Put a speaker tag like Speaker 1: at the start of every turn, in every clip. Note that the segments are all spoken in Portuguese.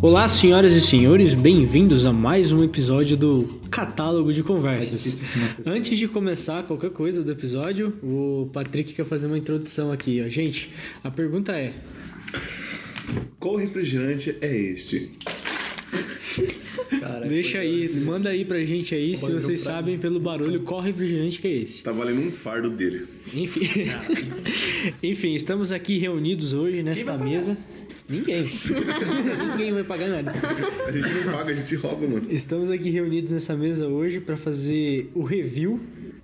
Speaker 1: Olá, senhoras e senhores, bem-vindos a mais um episódio do Catálogo de Conversas. Antes de começar qualquer coisa do episódio, o Patrick quer fazer uma introdução aqui. Ó. Gente, a pergunta é:
Speaker 2: Qual refrigerante é este?
Speaker 3: Cara,
Speaker 1: deixa aí, manda aí pra gente aí se
Speaker 3: Olha,
Speaker 1: vocês
Speaker 3: pra-
Speaker 1: sabem pelo barulho qual refrigerante que é esse.
Speaker 2: Tá valendo um fardo dele.
Speaker 1: Enfim, enfim estamos aqui reunidos hoje nesta mesa. Ninguém. Ninguém vai pagar nada.
Speaker 2: A gente não paga, a gente rouba, mano.
Speaker 1: Estamos aqui reunidos nessa mesa hoje para fazer o review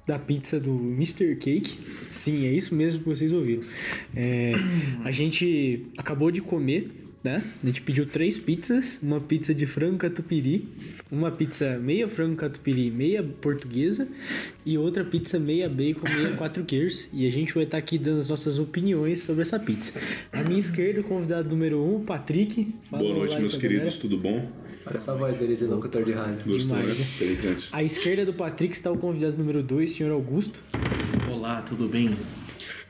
Speaker 1: da pizza do Mr. Cake. Sim, é isso mesmo que vocês ouviram. É, a gente acabou de comer, né? A gente pediu três pizzas: uma pizza de frango catupiry, uma pizza meia frango catupiry, meia portuguesa, e outra pizza meia bacon, meia quatro queijos. E a gente vai estar aqui dando as nossas opiniões sobre essa pizza. À minha esquerda, o convidado número um, o Patrick. Fala tá
Speaker 2: Boa
Speaker 1: olá
Speaker 2: noite,
Speaker 1: aí
Speaker 2: meus
Speaker 1: pra
Speaker 2: queridos,
Speaker 1: galera.
Speaker 2: tudo bom?
Speaker 3: Olha essa voz dele de locutor de rádio.
Speaker 2: Gostou,
Speaker 1: Demais,
Speaker 2: né?
Speaker 1: né?
Speaker 2: Penetrante.
Speaker 1: À esquerda do Patrick está o convidado número 2, senhor Augusto.
Speaker 4: Olá, tudo bem?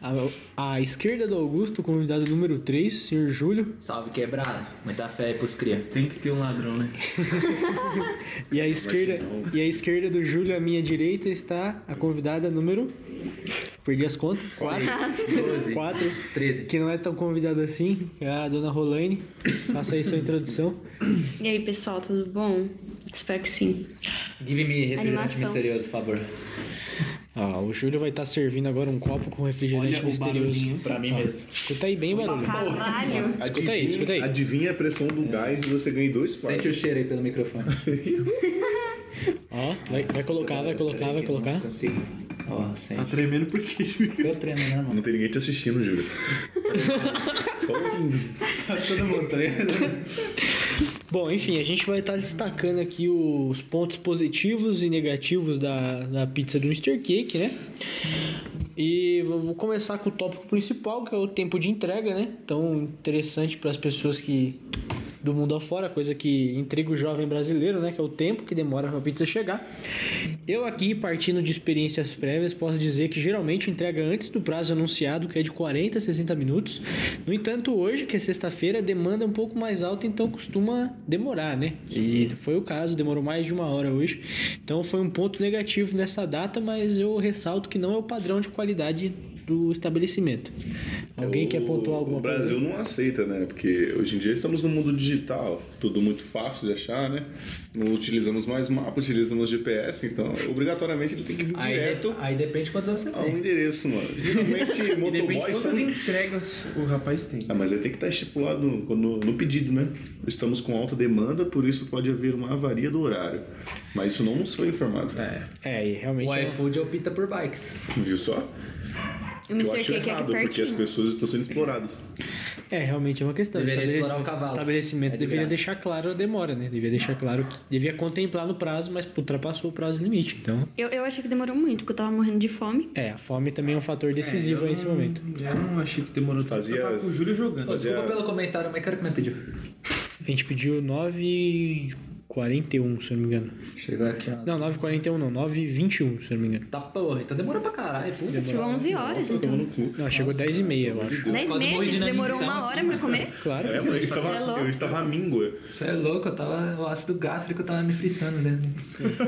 Speaker 1: À, à esquerda do Augusto, o convidado número 3, senhor Júlio.
Speaker 3: Salve quebrada. Muita fé aí pros cria.
Speaker 4: Tem que ter um ladrão, né?
Speaker 1: E à esquerda,
Speaker 2: não.
Speaker 1: e à esquerda do Júlio, à minha direita, está a convidada número. Perdi as contas. 4. 4.
Speaker 4: 13.
Speaker 1: Que não é tão convidada assim, é a dona Rolaine. Faça aí sua introdução.
Speaker 5: E aí, pessoal, tudo bom? Espero que sim.
Speaker 3: Give me refrigerante
Speaker 5: Animação.
Speaker 3: misterioso, por favor.
Speaker 1: Ah, o Júlio vai estar servindo agora um copo com refrigerante
Speaker 4: Olha o
Speaker 1: misterioso.
Speaker 4: barulhinho pra mim mesmo.
Speaker 1: Escuta aí bem o barulho.
Speaker 5: Tá. Caralho!
Speaker 1: Escuta aí, escuta aí. É.
Speaker 2: Adivinha a pressão do gás e você ganha dois fardos.
Speaker 3: Sente o cheiro aí pelo microfone.
Speaker 1: Ó, vai, vai colocar, vai colocar, vai colocar.
Speaker 3: Não consigo. Ó,
Speaker 4: Tá
Speaker 3: sente.
Speaker 4: tremendo por quê, Júlio?
Speaker 3: Eu tremo, né, mano?
Speaker 2: Não tem ninguém te assistindo, Júlio. Só ouvindo.
Speaker 4: Tá todo mundo tremendo.
Speaker 1: Bom, enfim, a gente vai estar destacando aqui os pontos positivos e negativos da, da pizza do Mr. Cake, né? E vou vou começar com o tópico principal, que é o tempo de entrega, né? Então, interessante para as pessoas que do mundo afora, coisa que intriga o jovem brasileiro, né? Que é o tempo que demora para a pizza chegar. Eu aqui, partindo de experiências prévias, posso dizer que geralmente entrega antes do prazo anunciado, que é de 40 a 60 minutos. No entanto, hoje, que é sexta-feira, a demanda é um pouco mais alta, então costuma demorar, né? E foi o caso, demorou mais de uma hora hoje. Então foi um ponto negativo nessa data, mas eu ressalto que não é o padrão de qualidade do estabelecimento. Alguém
Speaker 2: O-
Speaker 1: quer pontuar alguma
Speaker 2: O Brasil
Speaker 1: coisa?
Speaker 2: não aceita, né? Porque hoje em dia estamos no mundo digital, tudo muito fácil de achar, né? Não utilizamos mais mapa, utilizamos GPS, então obrigatoriamente ele tem que vir
Speaker 3: Aí,
Speaker 2: direto
Speaker 3: aí depende de quantos anos você
Speaker 2: a um
Speaker 3: tem.
Speaker 2: endereço, mano. Geralmente motoboy são
Speaker 4: né? entregas o rapaz tem.
Speaker 2: Ah, mas aí tem que estar estipulado no, no- no pedido, né? Estamos com alta demanda, por isso pode haver uma avaria do horário. Mas isso não nos foi informado.
Speaker 1: É, e realmente.
Speaker 3: O
Speaker 1: é-
Speaker 3: iFood opta por bikes.
Speaker 2: Viu só?
Speaker 5: O é
Speaker 2: Eu
Speaker 5: Mr.
Speaker 2: acho
Speaker 5: Cake
Speaker 2: errado,
Speaker 5: aqui
Speaker 2: porque as
Speaker 5: pertinho.
Speaker 2: pessoas estão sendo exploradas.
Speaker 1: É, realmente é uma questão.
Speaker 3: Deveria
Speaker 1: Estabelec-
Speaker 3: explorar o cavalo.
Speaker 1: estabelecimento
Speaker 3: É de
Speaker 1: deveria
Speaker 3: graça.
Speaker 1: deixar claro a demora, né? Deveria deixar claro que devia contemplar no prazo, mas ultrapassou o prazo limite. Então,
Speaker 5: Eu, eu achei que demorou muito, porque eu tava morrendo de fome.
Speaker 1: é, a fome também é um fator decisivo aí nesse momento.
Speaker 4: Eu não achei que demorou tanto.
Speaker 2: Fazia-
Speaker 4: Eu tava com o Júlio jogando.
Speaker 3: Pô, desculpa
Speaker 2: é-
Speaker 3: pelo comentário, mas quero que me pediu.
Speaker 1: A gente pediu 9h41, se eu não me engano.
Speaker 3: Chegou aqui, ó.
Speaker 1: Não, 9h41 não, 9h21, se eu não me engano.
Speaker 3: Tá porra, então demorou pra caralho, pô.
Speaker 5: Chegou 11 horas,
Speaker 2: Nossa, tomando
Speaker 5: então.
Speaker 2: cu.
Speaker 1: Não, chegou 10h30, eu acho.
Speaker 3: Deus.
Speaker 5: 10
Speaker 3: Quase morri
Speaker 5: meses,
Speaker 3: de
Speaker 5: demorou
Speaker 3: inanição.
Speaker 5: uma hora pra comer?
Speaker 1: Claro.
Speaker 2: É, mano, eu
Speaker 5: Você é
Speaker 2: estava,
Speaker 5: louco.
Speaker 2: eu estava amíngua.
Speaker 3: Você é louco, eu tava. O ácido gástrico tava me fritando, né?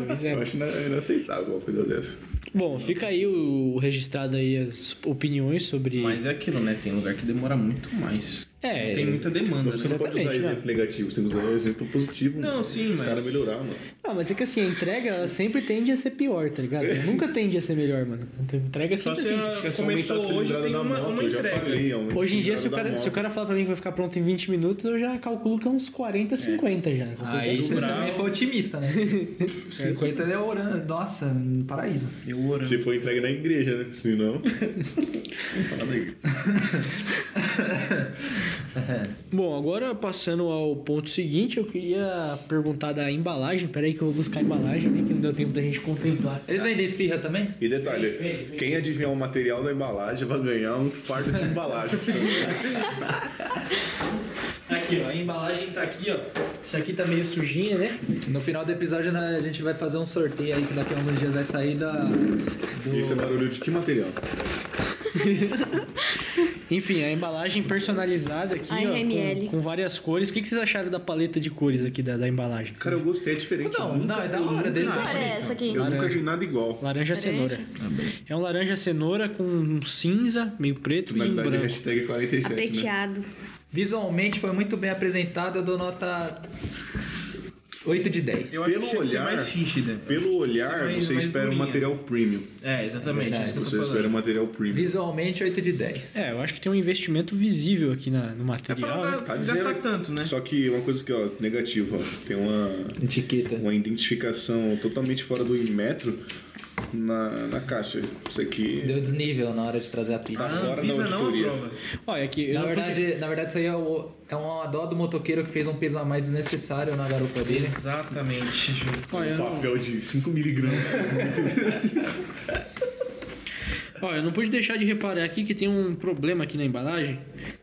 Speaker 1: Pois é.
Speaker 2: Eu acho ina- inaceitável uma coisa dessa.
Speaker 1: Bom, fica aí o, o registrado aí as opiniões sobre.
Speaker 4: Mas é aquilo, né? Tem lugar que demora muito mais.
Speaker 1: É,
Speaker 4: Tem muita demanda,
Speaker 2: Você não
Speaker 4: né?
Speaker 2: pode usar
Speaker 1: Exatamente, né?
Speaker 2: exemplo negativo, você tem que usar um exemplo positivo.
Speaker 4: Não,
Speaker 2: mano.
Speaker 4: sim,
Speaker 2: Os
Speaker 4: mas-
Speaker 2: caras melhorar, mano.
Speaker 1: Não, mas é que assim, a entrega ela sempre tende a ser pior, tá ligado? Ela nunca tende a ser melhor, mano. A entrega é
Speaker 4: Só
Speaker 1: sempre
Speaker 4: se
Speaker 1: assim.
Speaker 4: a-
Speaker 2: Porque só aumentar
Speaker 4: Começou
Speaker 2: a
Speaker 4: hoje,
Speaker 2: cilindrada
Speaker 4: tem
Speaker 2: da
Speaker 4: uma-
Speaker 2: moto,
Speaker 4: uma
Speaker 2: eu já
Speaker 4: entrega.
Speaker 2: falei. aumenta a
Speaker 1: Hoje em dia, se o,
Speaker 2: cilindrada
Speaker 1: cara,
Speaker 2: da
Speaker 1: se o
Speaker 2: moto.
Speaker 1: cara fala pra mim que vai ficar pronto em 20 minutos, eu já calculo que é uns 40, 50 já.
Speaker 3: Aí você
Speaker 4: Brau.
Speaker 3: também foi otimista, né? 50 é orando. Nossa, um paraíso.
Speaker 4: Eu orando.
Speaker 2: Se for entregue na igreja, né? Se não. Vamos falar da igreja.
Speaker 1: Bom, agora passando ao ponto seguinte, eu queria perguntar da embalagem. Pera aí que eu vou buscar a embalagem, né? Que não deu tempo da gente contemplar.
Speaker 3: Eles vendem esfirra também?
Speaker 2: E detalhe, quem adivinhar o material da embalagem vai ganhar um fardo de embalagem.
Speaker 1: Aqui, ó, a embalagem tá aqui, ó. Isso aqui tá meio sujinha, né?
Speaker 3: No final do episódio né, a gente vai fazer um sorteio aí que daqui a alguns dias vai sair da. Do...
Speaker 2: Isso é barulho de que material?
Speaker 1: Enfim, a embalagem personalizada aqui,
Speaker 5: A
Speaker 1: ó,
Speaker 5: RML.
Speaker 1: com, com várias cores. O que, que vocês acharam da paleta de cores aqui da, da embalagem?
Speaker 2: Cara, eu gostei, é diferente.
Speaker 3: Não,
Speaker 2: Eu nunca-
Speaker 3: não, é da
Speaker 2: eu
Speaker 3: hora,
Speaker 2: nunca-
Speaker 5: Que
Speaker 3: design.
Speaker 5: cor é essa aqui?
Speaker 2: Eu nunca
Speaker 1: Laranja.
Speaker 2: vi nada igual.
Speaker 1: Laranja cenoura.
Speaker 5: Laranja.
Speaker 1: É um laranja cenoura com um cinza, meio preto e um
Speaker 2: Tonalidade
Speaker 1: branco.
Speaker 2: hashtag 47, né?
Speaker 5: Apreteado.
Speaker 3: Visualmente foi muito bem apresentado, eu dou nota 8 de 10.
Speaker 4: Eu acho
Speaker 2: Pelo
Speaker 4: que tinha que ser
Speaker 2: olhar-
Speaker 4: mais rígida.
Speaker 2: Pelo olhar,
Speaker 4: Mais-
Speaker 2: você
Speaker 4: mais
Speaker 2: espera um
Speaker 4: durinha.
Speaker 2: material premium.
Speaker 4: É, exatamente. é isso que eu tô
Speaker 2: Você espera um
Speaker 4: falando.
Speaker 2: material premium.
Speaker 3: Visualmente 8 de 10.
Speaker 1: É, eu acho que tem um investimento visível aqui na- no
Speaker 4: É pra
Speaker 1: material.
Speaker 4: não
Speaker 1: né?
Speaker 2: Tá
Speaker 4: gastar
Speaker 2: dizendo-
Speaker 4: tanto, né?
Speaker 2: Só que uma coisa que, ó, negativa, ó. Tem uma,
Speaker 3: Etiqueta.
Speaker 2: uma identificação totalmente fora do metro na, na caixa. Isso aqui
Speaker 3: Deu desnível na hora de trazer a pizza.
Speaker 2: tá fora da
Speaker 4: Visa não
Speaker 2: auditoria.
Speaker 4: aprova.
Speaker 1: Olha, aqui, é eu
Speaker 3: Na
Speaker 1: não acredito-
Speaker 3: verdade, na verdade, isso aí é, o, é uma dó do motoqueiro que fez um peso a mais desnecessário na garupa dele.
Speaker 4: Exatamente. Júlio.
Speaker 1: olha, eu não-
Speaker 2: Papel de 5 miligramas.
Speaker 1: olha, eu não pude deixar de reparar aqui que tem um problema aqui na embalagem.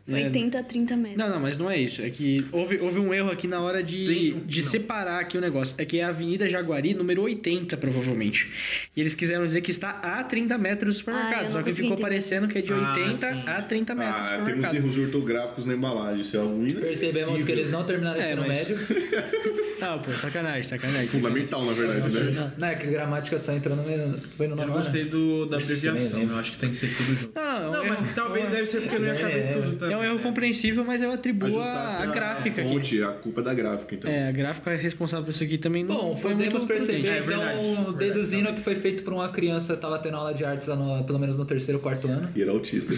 Speaker 1: né?
Speaker 5: 80 a 30 metros.
Speaker 1: Não, não, mas não é isso. É que houve, houve um erro aqui na hora de,
Speaker 4: Tem-
Speaker 1: de
Speaker 4: não.
Speaker 1: separar aqui o negócio. É que é a Avenida Jaguari, número 80, provavelmente. E eles quiseram dizer que está a 30 metros do supermercado.
Speaker 5: Ah, eu não
Speaker 1: só que
Speaker 5: consegui
Speaker 1: ficou
Speaker 5: entender.
Speaker 1: parecendo que é de
Speaker 4: Ah,
Speaker 1: 80
Speaker 4: sim.
Speaker 1: a 30 metros do
Speaker 2: ah, temos
Speaker 1: supermercado.
Speaker 2: erros ortográficos na embalagem. Isso é algo
Speaker 3: Percebemos que eles não terminaram o
Speaker 1: É,
Speaker 3: ensino
Speaker 1: mas-
Speaker 3: médio.
Speaker 1: Tá, pô, sacanagem, sacanagem. sacanagem.
Speaker 2: Fundamental, na verdade, né?
Speaker 3: Não, é que gramática só entrou no. Foi no né?
Speaker 4: Eu não
Speaker 3: nono ano.
Speaker 4: gostei do, da
Speaker 3: Nossa,
Speaker 4: abreviação.
Speaker 3: nem-
Speaker 4: Eu acho que tem que ser tudo junto.
Speaker 1: Não, é um
Speaker 4: Não,
Speaker 1: erro.
Speaker 4: mas talvez deve ser porque não ia
Speaker 3: É,
Speaker 4: caber
Speaker 3: é.
Speaker 4: tudo também.
Speaker 1: É um erro
Speaker 4: né?
Speaker 1: compreensível, mas eu atribuo a,
Speaker 2: Ajustar,
Speaker 1: a
Speaker 2: assim,
Speaker 1: gráfica
Speaker 2: a
Speaker 1: aqui.
Speaker 2: fonte, A culpa é da gráfica, então.
Speaker 1: É, a gráfica é responsável por isso aqui também. Não
Speaker 3: Bom,
Speaker 1: foi
Speaker 3: podemos
Speaker 1: muito
Speaker 3: perceber,
Speaker 1: prudente.
Speaker 4: É
Speaker 3: então,
Speaker 4: verdade, verdade,
Speaker 3: deduzindo
Speaker 4: também.
Speaker 3: que foi feito por uma criança que tava tendo aula de artes lá no- pelo menos no terceiro, quarto ano.
Speaker 2: E era autista.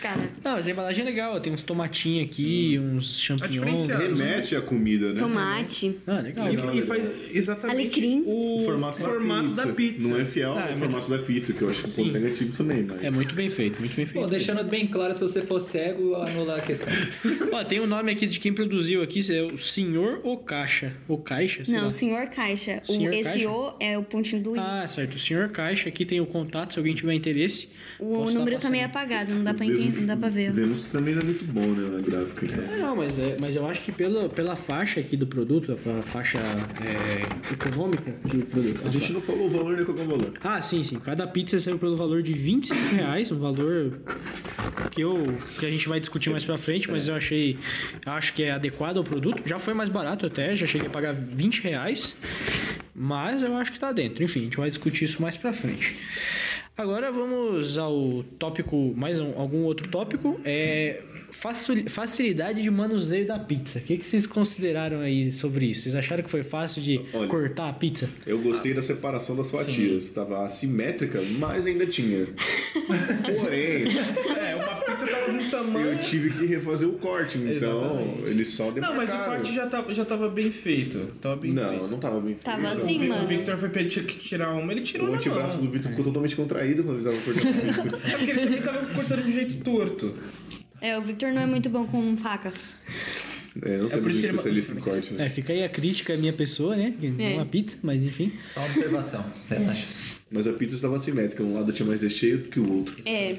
Speaker 5: Cara,
Speaker 1: Não, mas a embalagem é legal. ó, Tem uns tomatinhos aqui, uns champignons.
Speaker 4: diferenciada.
Speaker 2: Remete à comida, né?
Speaker 5: tomate.
Speaker 1: Ah, legal.
Speaker 4: E-
Speaker 2: Não,
Speaker 4: E, faz
Speaker 2: verdade.
Speaker 4: exatamente
Speaker 5: Alecrim.
Speaker 4: o
Speaker 2: O formato,
Speaker 4: formato
Speaker 2: da, pizza. Não é fiel
Speaker 1: Ah, é
Speaker 2: ao
Speaker 1: muito-
Speaker 2: formato da pizza, que eu acho um ponto negativo também, mas...
Speaker 1: É muito bem feito, muito bem feito.
Speaker 3: Bom, deixando bem claro, se você for cego, anula a questão.
Speaker 1: Ó, tem o nome aqui de quem produziu aqui, é o Senhor Ocaxa. Ocaxa, sei
Speaker 5: Não,
Speaker 1: lá.
Speaker 5: senhor caixa. O,
Speaker 1: Senhor
Speaker 5: esse
Speaker 1: caixa?
Speaker 5: O é o pontinho do I.
Speaker 1: Ah, certo. O Senhor Caixa, aqui tem o contato, se alguém tiver interesse.
Speaker 5: o
Speaker 1: posso
Speaker 5: número
Speaker 1: tá
Speaker 5: tá meio
Speaker 1: passando.
Speaker 5: apagado, não dá pra,
Speaker 2: Mesmo-
Speaker 5: entender, não dá pra ver. ó.
Speaker 2: Vemos que também não é muito bom, né, a gráfica.
Speaker 1: É,
Speaker 2: Então.
Speaker 1: não, mas, é- mas eu acho que pela, pela faixa aqui do produto, a faixa é, econômica do produto.
Speaker 2: A gente não falou o valor, né, qual que é o valor.
Speaker 1: Ah, sim, sim. Cada pizza saiu pelo valor de 25 reais, um valor que eu que a gente vai discutir mais pra frente, mas eu achei acho que é adequado ao produto. Já foi mais barato até, já cheguei a pagar 20 reais, mas eu acho que tá dentro. Enfim, a gente vai discutir isso mais pra frente. Agora vamos ao tópico, mais um- algum outro tópico, é facil- facilidade de manuseio da pizza. O que, que vocês consideraram aí sobre isso? Vocês acharam que foi fácil de
Speaker 2: Olha.
Speaker 1: cortar a pizza?
Speaker 2: Eu gostei da separação das fatias. Estava assimétrica, mas ainda tinha. Porém,
Speaker 4: É, uma pizza tava do tamanho.
Speaker 2: eu tive que refazer o corte, então eles só
Speaker 4: Não,
Speaker 2: demarcaram.
Speaker 4: mas o corte já tava, já tava bem feito. Tava bem
Speaker 2: Não,
Speaker 4: feito.
Speaker 2: não tava bem feito.
Speaker 5: Tava
Speaker 2: Não.
Speaker 5: assim,
Speaker 4: O
Speaker 5: mano.
Speaker 4: Victor foi pra ele tinha que tirar uma, ele tirou
Speaker 2: O
Speaker 4: na
Speaker 2: Um antebraço
Speaker 4: mão.
Speaker 2: do Vitor ficou totalmente contraído quando ele tava cortando isso.
Speaker 4: É porque ele também tava cortando de um jeito torto.
Speaker 5: É, o Victor não é muito bom com facas.
Speaker 2: É, não temos
Speaker 4: por isso
Speaker 2: um
Speaker 4: que ele-
Speaker 2: especialista em corte, né?
Speaker 1: É, fica aí a crítica à minha pessoa, né? Que Não
Speaker 5: É.
Speaker 1: é uma pizza, mas enfim.
Speaker 3: Só uma observação, relaxa.
Speaker 2: Mas a pizza estava assimétrica, um lado tinha mais recheio do que o outro.
Speaker 5: É,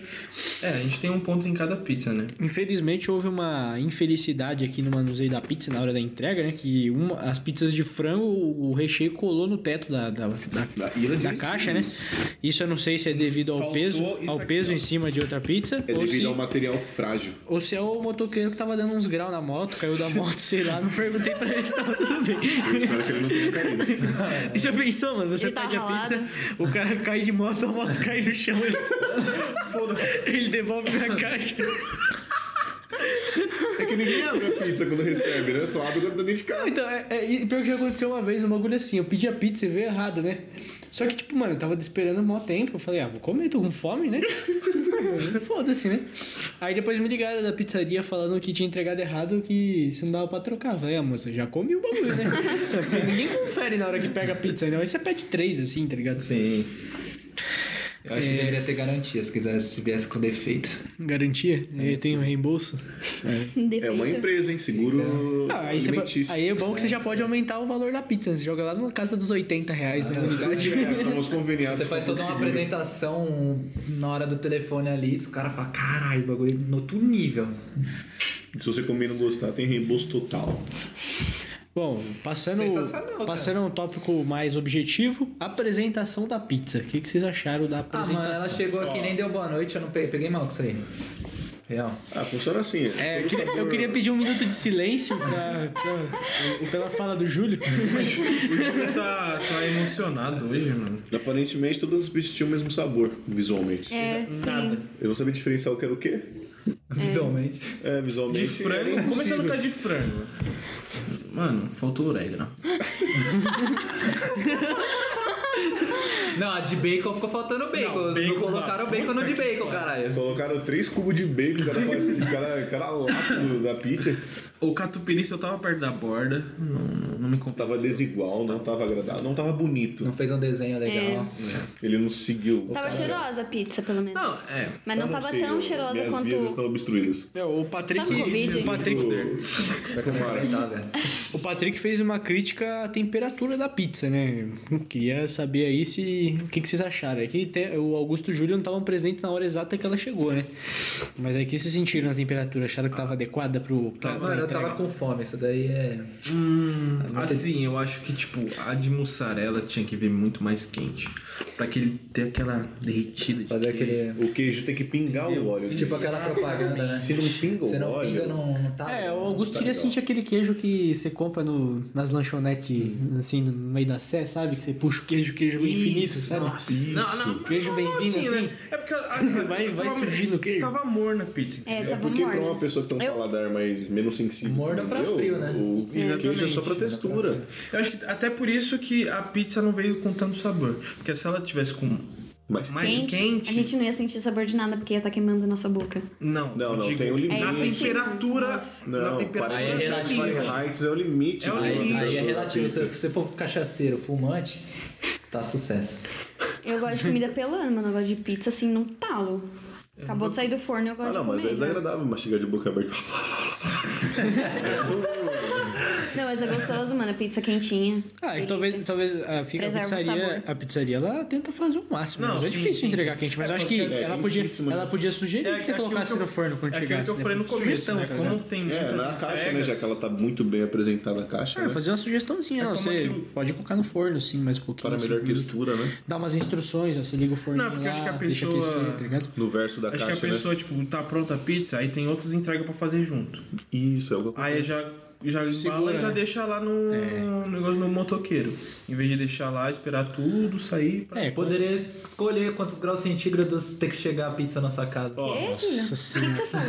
Speaker 4: É, a gente tem um ponto em cada pizza, né?
Speaker 1: Infelizmente houve uma infelicidade aqui no manuseio da pizza na hora da entrega, né? Que uma, as pizzas de frango, o recheio colou no teto da, da, da,
Speaker 2: Da- e é era
Speaker 1: da
Speaker 2: de-
Speaker 1: caixa, né? Isso eu não sei se é devido ao
Speaker 4: Faltou
Speaker 1: peso,
Speaker 4: isso
Speaker 1: ao
Speaker 4: aqui,
Speaker 1: peso
Speaker 4: ó.
Speaker 1: em cima de outra pizza.
Speaker 2: É
Speaker 1: ou, se,
Speaker 2: devido ao material frágil.
Speaker 1: ou se é o motoqueiro que tava dando uns graus na moto, caiu da moto, sei lá, não perguntei pra ele se tava tudo bem.
Speaker 2: Eu espero que ele não tenha caído.
Speaker 4: É.
Speaker 1: E já pensou, mano? Você
Speaker 5: Ele tá
Speaker 1: pede a
Speaker 5: ralado.
Speaker 1: pizza, o cara cai de moto, a moto cai no chão, ele. ele devolve na caixa.
Speaker 2: É que ninguém abre a pizza quando recebe, né? Só abre quando tá dentro de
Speaker 1: Não,
Speaker 2: casa.
Speaker 1: então, é, é, e pior que já aconteceu uma vez, um bagulho assim, eu pedi a pizza e veio errado, né? Só que, tipo, mano, eu tava esperando um maior tempo, eu falei, ah, vou comer, tô com fome, né? Foda-se, né? Aí depois me ligaram da pizzaria falando que tinha entregado errado, que se não dava pra trocar. Eu falei, ah, moça, já comi o bagulho, né? Porque ninguém confere na hora que pega a pizza, né? Aí você pede três, assim, tá ligado?
Speaker 4: Sim.
Speaker 3: Eu acho que deveria ter garantia se quisesse, se viesse com defeito.
Speaker 1: Garantia? E tem um reembolso?
Speaker 5: defeito.
Speaker 2: É uma empresa, hein? Seguro
Speaker 1: Ah, aí, você,
Speaker 2: alimentício.
Speaker 1: aí é bom que você já pode aumentar o valor da pizza. né? Você joga lá na casa dos 80 reais, né? Unidade.
Speaker 2: É, somos conveniados.
Speaker 3: Você faz
Speaker 2: com
Speaker 3: toda uma
Speaker 2: seguro.
Speaker 3: apresentação na hora do telefone ali, se o cara fala, caralho, bagulho no outro nível.
Speaker 2: Se você comer e não gostar, tem reembolso total.
Speaker 1: Bom, passando,
Speaker 3: Sensacional, cara.
Speaker 1: passando a um tópico mais objetivo, apresentação da pizza. O que, que vocês acharam da
Speaker 3: Ah, mano, ela
Speaker 1: apresentação?
Speaker 3: chegou aqui e nem deu boa noite, eu não peguei, peguei mal com isso aí. Real.
Speaker 2: Ah, funciona assim.
Speaker 1: É, eu, queria, eu queria pedir um minuto de silêncio pra, pra- pela fala do Júlio.
Speaker 4: O Júlio tá, tá emocionado hoje, mano.
Speaker 2: Aparentemente todas as pizzas tinham o mesmo sabor, visualmente.
Speaker 5: É, sim.
Speaker 2: Eu não sabia diferenciar o que era o quê?
Speaker 3: Visualmente.
Speaker 2: É,
Speaker 4: De
Speaker 2: visualmente.
Speaker 4: frango? Começando com a de frango. Mano, faltou orégano.
Speaker 3: Não, a de bacon ficou faltando bacon.
Speaker 4: Não,
Speaker 3: Não,
Speaker 4: bacon
Speaker 3: colocaram
Speaker 4: lá.
Speaker 3: bacon no de bacon,
Speaker 4: tá-
Speaker 3: caralho.
Speaker 2: Colocaram três cubos de bacon, cada, cada, cada lata do- da pizza.
Speaker 4: O catupiry só tava perto da borda. Não, não, não me contava.
Speaker 2: Tava desigual, não tava agradável, não tava bonito.
Speaker 3: Não fez um desenho legal.
Speaker 2: Ele não seguiu.
Speaker 5: Tava
Speaker 2: Cara,
Speaker 5: cheirosa a pizza, pelo menos.
Speaker 4: Não, é.
Speaker 5: Mas não,
Speaker 2: eu
Speaker 5: tava
Speaker 2: sei,
Speaker 5: tão
Speaker 2: eu-
Speaker 5: cheirosa
Speaker 2: minhas
Speaker 5: quanto.
Speaker 2: vias estão obstruídas.
Speaker 1: É, o Patrick,
Speaker 5: Sabe o Covid?
Speaker 1: o Patrick,
Speaker 3: Vai começar a velho.
Speaker 1: o Patrick fez uma crítica à temperatura da pizza, né? Eu queria saber aí se o que, que vocês acharam. Aqui te- o Augusto e o Júlio não estavam presentes na hora exata que ela chegou, né? Mas aí o que vocês sentiram na temperatura? Acharam que tava adequada pro pra, pra
Speaker 3: Mano, eu
Speaker 1: entrega?
Speaker 3: tava com fome, isso daí é.
Speaker 4: Hum, assim, eu acho que, tipo, a de mussarela tinha que vir muito mais quente. Pra que ele ter aquela derretida de
Speaker 3: Fazer
Speaker 4: queijo.
Speaker 3: aquele.
Speaker 2: O queijo tem que pingar o óleo.
Speaker 3: Tipo aquela propaganda, né?
Speaker 2: Se não pinga
Speaker 3: Você
Speaker 2: o
Speaker 3: não
Speaker 2: óleo.
Speaker 3: pinga, não, não tá.
Speaker 1: É, o Augusto
Speaker 2: tá
Speaker 1: queria
Speaker 2: legal.
Speaker 1: sentir aquele queijo que você compra no, nas lanchonetes, assim, no meio da sé, sabe? Que você puxa o queijo, o queijo vem infinito, sabe?
Speaker 4: Não, não, não,
Speaker 1: Queijo
Speaker 4: não,
Speaker 1: bem
Speaker 4: não,
Speaker 1: vindo, assim.
Speaker 4: É porque a,
Speaker 1: Vai- vai
Speaker 4: tava-
Speaker 1: surgindo o queijo.
Speaker 4: Tava morna a pizza.
Speaker 5: É,
Speaker 4: entendeu?
Speaker 5: tava
Speaker 2: Porque pra uma
Speaker 5: morna.
Speaker 2: pessoa que tem um
Speaker 5: Eu-
Speaker 2: paladar mais menos sensível.
Speaker 3: Morna pra
Speaker 2: entendeu?
Speaker 3: frio, né?
Speaker 2: O queijo é só pra
Speaker 4: Exatamente.
Speaker 2: textura.
Speaker 4: Eu acho que até por isso que a pizza não veio com tanto sabor. Porque se ela tivesse com
Speaker 2: Mas
Speaker 4: mais quente.
Speaker 5: A gente não ia sentir sabor de nada porque ia estar queimando nossa boca.
Speaker 4: Não,
Speaker 2: Não,
Speaker 4: eu
Speaker 2: não,
Speaker 4: digo,
Speaker 2: tem um limite.
Speaker 4: Na
Speaker 5: É, sim,
Speaker 4: temperatura.
Speaker 5: mas-
Speaker 4: na
Speaker 2: Não,
Speaker 4: temperatura.
Speaker 3: Aí é
Speaker 4: certinha.
Speaker 2: 47 Fahrenheit é o limite.
Speaker 4: É o
Speaker 2: do-
Speaker 3: Aí,
Speaker 4: limite.
Speaker 3: aí é
Speaker 2: da
Speaker 3: relativo. Se
Speaker 2: pizza.
Speaker 3: você for cachaceiro, fumante, tá sucesso.
Speaker 5: Eu gosto de comida pelando, mano. Eu gosto de pizza assim num talo. Acabou de sair do forno eu gosto
Speaker 2: Ah, não,
Speaker 5: de
Speaker 2: mas é
Speaker 5: comer. né?
Speaker 2: desagradável mastigar de boca aberta.
Speaker 5: Não, mas é gostoso, mano. Pizza quentinha.
Speaker 1: Ah, e
Speaker 5: Delícia.
Speaker 1: talvez, talvez a, fica- a
Speaker 5: Preserva o
Speaker 1: pizzaria,
Speaker 5: sabor.
Speaker 1: a pizzaria, ela tenta fazer o máximo,
Speaker 4: Não,
Speaker 1: mas é
Speaker 4: sim,
Speaker 1: difícil
Speaker 4: sim,
Speaker 1: entregar
Speaker 4: sim.
Speaker 1: quente, mas
Speaker 4: É
Speaker 1: eu acho que
Speaker 4: porque
Speaker 2: é
Speaker 1: ela, podia,
Speaker 2: quentíssimo,
Speaker 1: ela
Speaker 2: né?
Speaker 1: podia sugerir
Speaker 4: É
Speaker 1: que você
Speaker 4: aquilo
Speaker 1: colocasse
Speaker 4: que eu-
Speaker 1: no forno quando
Speaker 4: é aquilo
Speaker 1: chegasse.
Speaker 4: que eu
Speaker 1: né?
Speaker 4: falei no começo,
Speaker 1: Sugestão,
Speaker 4: né?
Speaker 1: tá ligado?
Speaker 4: Como tem
Speaker 2: É,
Speaker 4: muitas
Speaker 2: na caixa, né?
Speaker 4: entregas,
Speaker 2: Já que ela tá muito bem apresentada a caixa.
Speaker 5: Ah,
Speaker 1: É,
Speaker 2: né?
Speaker 1: fazer uma sugestãozinha,
Speaker 4: É
Speaker 1: não,
Speaker 4: como
Speaker 1: você
Speaker 4: aquilo-
Speaker 1: pode colocar no forno, sim, mais um pouquinho.
Speaker 2: Para
Speaker 1: assim,
Speaker 2: melhor
Speaker 1: minutos.
Speaker 2: textura, né?
Speaker 1: Dá umas instruções, ó, você liga o forno
Speaker 4: Não, porque eu acho que a
Speaker 1: lá, deixa
Speaker 4: pessoa-
Speaker 1: aquecer, tá ligado?
Speaker 2: No verso da
Speaker 4: Acho que
Speaker 2: caixa, né?
Speaker 4: a pessoa, tipo, tá pronta a pizza, aí tem outras entregas pra fazer junto.
Speaker 2: né? Isso, é o que eu-
Speaker 4: Aí já, já embala
Speaker 1: Segura,
Speaker 4: e já
Speaker 1: né?
Speaker 4: deixa lá no no negócio no motoqueiro. Em vez de deixar lá, esperar tudo sair pra...
Speaker 1: É,
Speaker 3: Poderia escolher quantos graus centígrados tem que chegar a pizza na sua casa.
Speaker 5: Quê, filho?
Speaker 1: Nossa
Speaker 5: O que,
Speaker 1: senhora.
Speaker 5: que você falou?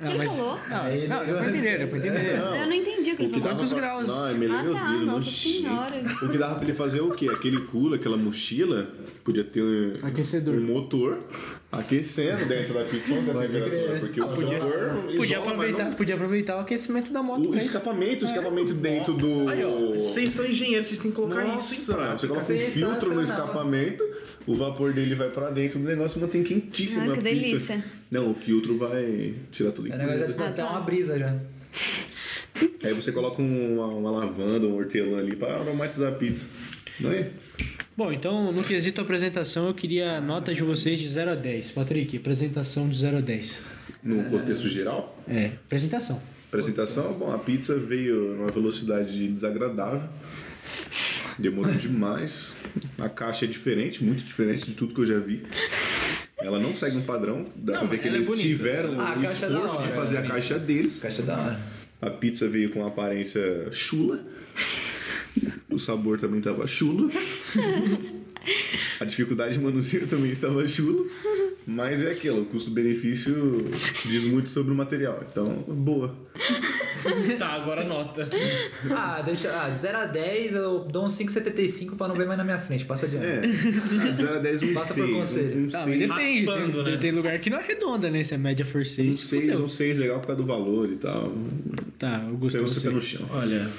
Speaker 1: Não,
Speaker 5: Ele
Speaker 1: é, mas-
Speaker 5: falou?
Speaker 1: Não, não, deu pra entender, deu pra entender.
Speaker 5: Eu não entendi o que
Speaker 2: O que
Speaker 5: ele falou.
Speaker 2: dava
Speaker 1: Quantos
Speaker 2: pra-
Speaker 1: graus?
Speaker 2: Não, é melhor
Speaker 5: Ah,
Speaker 2: meu
Speaker 5: tá,
Speaker 2: Deus, não
Speaker 5: nossa
Speaker 2: sei.
Speaker 5: senhora.
Speaker 2: O que dava pra ele fazer é o quê? Aquele culo, aquela mochila, podia ter um,
Speaker 1: Aquecedor.
Speaker 2: um motor aquecendo dentro da pizza da temperatura. Porque o
Speaker 1: podia-
Speaker 2: motor
Speaker 1: Podia
Speaker 2: isola, mas
Speaker 1: aproveitar,
Speaker 2: não-
Speaker 1: podia aproveitar o aquecimento da moto,
Speaker 2: O
Speaker 1: né?
Speaker 2: escapamento, o escapamento dentro do.
Speaker 4: Aí, ó, vocês são engenheiros, vocês têm que colocar isso então. em
Speaker 2: Nossa, você
Speaker 4: prática.
Speaker 2: coloca um filtro no escapamento, o vapor dele vai pra dentro do negócio e mantém quentíssima
Speaker 5: Ah,
Speaker 2: a
Speaker 5: que
Speaker 2: pizza.
Speaker 5: delícia.
Speaker 2: Não, o filtro vai tirar tudo
Speaker 3: É
Speaker 2: em
Speaker 3: um negócio de
Speaker 5: Ah,
Speaker 3: espantar
Speaker 5: tá.
Speaker 3: uma brisa já.
Speaker 2: Aí você coloca uma, uma lavanda, um hortelã ali pra aromatizar a pizza. Não é?
Speaker 1: Bom, então, no quesito apresentação, eu queria nota de vocês de 0 a 10. Patrick, apresentação de 0 a 10.
Speaker 2: No contexto geral,
Speaker 1: É, apresentação.
Speaker 2: apresentação, bom, a pizza veio numa velocidade desagradável. Demorou demais. A caixa é diferente, muito diferente de tudo que eu já vi. Ela não segue um padrão. Dá
Speaker 4: Não,
Speaker 2: pra ver que
Speaker 4: ela é
Speaker 2: eles
Speaker 4: bonita.
Speaker 2: tiveram
Speaker 3: Ah, a
Speaker 2: o
Speaker 3: caixa é da
Speaker 2: esforço de
Speaker 3: hora,
Speaker 2: fazer
Speaker 3: é
Speaker 2: a
Speaker 3: bonita.
Speaker 2: caixa deles.
Speaker 3: Caixa da hora.
Speaker 2: A pizza veio com uma aparência chula. O sabor também estava chulo. A dificuldade de manuseio também estava chulo. Mas é aquilo, o custo-benefício diz muito sobre o material. Então, boa.
Speaker 4: Tá, agora nota.
Speaker 3: Ah, deixa. Ah, de 0 a 10, eu dou um 5,75 pra não ver mais na minha frente. Passa adiante.
Speaker 2: É, de 0 a 10, um
Speaker 3: Passa por
Speaker 2: 6.
Speaker 3: conselho.
Speaker 2: Um
Speaker 1: Ah, mas
Speaker 2: 6,
Speaker 1: depende.
Speaker 4: raspando,
Speaker 1: tem,
Speaker 4: né?
Speaker 1: tem lugar que não arredonda, né? Se a média for
Speaker 2: um
Speaker 1: 6,
Speaker 2: 6, um 6 legal por causa do valor e tal.
Speaker 1: Tá, eu
Speaker 2: Pegou
Speaker 1: gostei
Speaker 2: você pé
Speaker 1: você.
Speaker 2: no chão.
Speaker 4: Olha,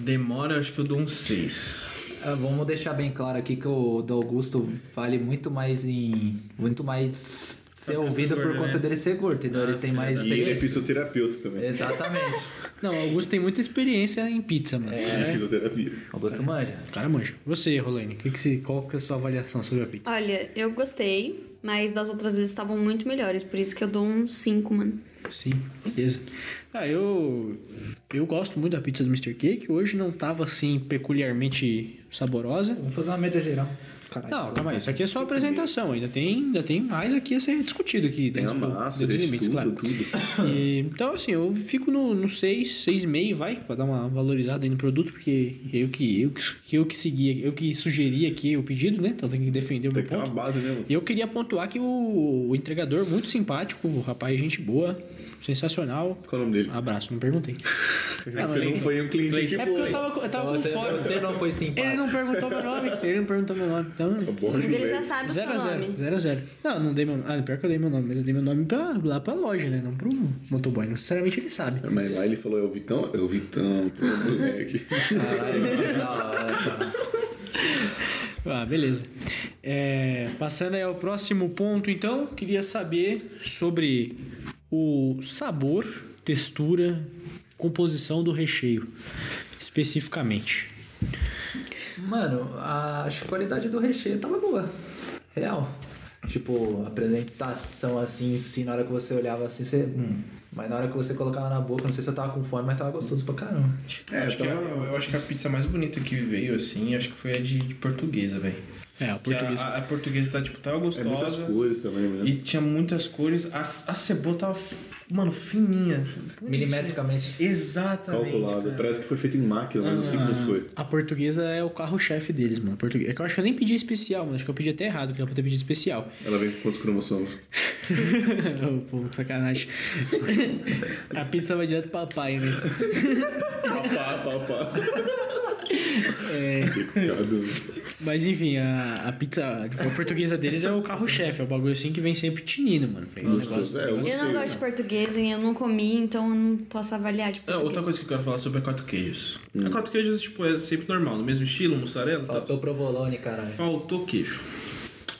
Speaker 4: demora, eu acho que eu dou um 6.
Speaker 3: Ah, Vamos deixar bem claro aqui que o do Augusto vale muito mais em. Muito mais ser
Speaker 4: Tá por
Speaker 3: ouvida
Speaker 4: ser
Speaker 3: por
Speaker 4: gordo,
Speaker 3: conta
Speaker 4: né?
Speaker 3: dele ser gordo, entendeu?
Speaker 4: Ah,
Speaker 3: Ele tem
Speaker 4: filha
Speaker 3: mais
Speaker 4: da-
Speaker 2: E ele é
Speaker 3: experiência.
Speaker 2: fisioterapeuta também.
Speaker 3: Exatamente.
Speaker 1: Não, o Augusto tem muita experiência em pizza, mano. É.
Speaker 2: De fisioterapia.
Speaker 3: Augusto manja.
Speaker 1: O cara manja. Você, Rolene, que que se, qual que é a sua avaliação sobre a pizza?
Speaker 5: Olha, eu gostei, mas das outras vezes estavam muito melhores, por isso que eu dou um 5, mano.
Speaker 1: Sim, beleza. Ah, eu eu gosto muito da pizza do Mr. Cake. Hoje não tava assim peculiarmente saborosa.
Speaker 3: Vamos fazer uma média geral. Caralho,
Speaker 1: Não, calma aí. Isso aqui é só a apresentação. Ainda tem, ainda tem mais aqui a ser discutido aqui
Speaker 2: Tem a
Speaker 1: dentro, do-
Speaker 2: massa,
Speaker 1: dos
Speaker 2: gente,
Speaker 1: limites,
Speaker 2: tudo,
Speaker 1: claro.
Speaker 2: tudo.
Speaker 1: E, então, assim, eu fico no, no 6, 6,5, vai, pra dar uma valorizada aí no produto, porque eu que, eu que, que eu que segui, eu que sugeri aqui o pedido, né? Então tem que defender o meu
Speaker 2: Tem que ter uma
Speaker 1: ponto.
Speaker 2: base, né, mano?
Speaker 1: E eu queria pontuar que o, o entregador, muito simpático, o rapaz, gente boa, sensacional.
Speaker 2: Qual é o nome dele?
Speaker 1: Abraço, não perguntei.
Speaker 2: É que você não foi um cliente de
Speaker 1: Ah, É porque
Speaker 2: boa.
Speaker 1: eu
Speaker 2: hein?
Speaker 1: tava, com- eu tava com
Speaker 3: Você,
Speaker 1: fome.
Speaker 3: Então,
Speaker 4: é
Speaker 3: você não foi simpático.
Speaker 1: Ele não perguntou meu nome. Ele não perguntou meu nome. Então,
Speaker 2: Tá Bom,
Speaker 5: Mas ele já
Speaker 2: velho.
Speaker 5: sabe o Tá seu
Speaker 1: 0 a 0
Speaker 5: nome.
Speaker 1: 0 a 0 Não, não dei meu nome. Ah, pior que eu dei meu nome, mas eu dei meu nome pra, lá pra loja, né? Não pro motoboy. Não necessariamente ele sabe.
Speaker 2: Mas lá ele falou, é o Vitão? É o Vitão, pô, moleque.
Speaker 3: Caralho, tá da hora.
Speaker 1: Ah, beleza. É, passando aí ao próximo ponto, então, queria saber sobre o sabor, textura, composição do recheio, especificamente.
Speaker 3: Mano, a, acho que a qualidade do recheio tava boa. Real. Tipo, a apresentação assim, em si, na hora que você olhava assim, você. hum. Mas na hora que você colocava na boca, não sei se eu tava com fome, mas tava gostoso pra caramba.
Speaker 4: É,
Speaker 2: Acho
Speaker 4: acho
Speaker 2: que
Speaker 4: que a- eu acho que a pizza mais bonita que veio, assim, acho que foi a de, de portuguesa, velho.
Speaker 1: É, o
Speaker 4: Que
Speaker 1: português.
Speaker 4: A, a, a portuguesa tá, tipo, tava
Speaker 2: É muitas
Speaker 4: gostosa.
Speaker 2: cores também, né? mano.
Speaker 4: e tinha muitas cores. A, a cebola tava, mano, fininha. né?
Speaker 3: Milimetricamente.
Speaker 4: Exatamente.
Speaker 2: Calculado.
Speaker 4: cara.
Speaker 2: Parece que foi feito em máquina, mas assim não foi.
Speaker 1: A portuguesa é o carro-chefe deles, mano. Portuguesa. É que eu acho que eu nem pedi especial, mano. Acho que eu pedi até errado, que era pra ter pedido especial.
Speaker 2: Ela vem com quantos cromossomos?
Speaker 1: Ô, Pô, sacanagem. a pizza vai direto pra pai, né?
Speaker 2: Papá, papá.
Speaker 1: É,
Speaker 2: Pecado.
Speaker 1: mas enfim, a, a pizza tipo, a portuguesa deles é o carro-chefe. É o bagulho assim que vem sempre tinindo, mano. Tem um
Speaker 2: Gostoso. É, eu
Speaker 5: Eu não gosto de português e eu não comi, então eu não posso avaliar de
Speaker 4: Ah,
Speaker 5: português.
Speaker 4: outra coisa que eu quero falar sobre a quatro queijos.
Speaker 2: Hum.
Speaker 4: A quatro queijos, tipo, é sempre normal, no mesmo estilo, mussarela. tá?
Speaker 3: Faltou provolone, caralho.
Speaker 4: Faltou queijo.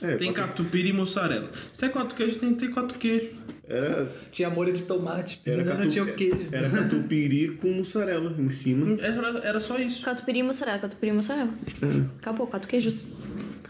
Speaker 2: É,
Speaker 4: Tem
Speaker 2: papo-
Speaker 4: catupiry e mussarela. Se é quatro queijos, tem que ter quatro queijos.
Speaker 2: Era,
Speaker 3: Tinha molho de tomate.
Speaker 2: era,
Speaker 3: não, não tinha o queijo.
Speaker 2: era catupiry com mussarela em cima.
Speaker 4: Era, era só isso.
Speaker 5: Catupiry e mussarela, catupiry e mussarela. Acabou, quatro queijos.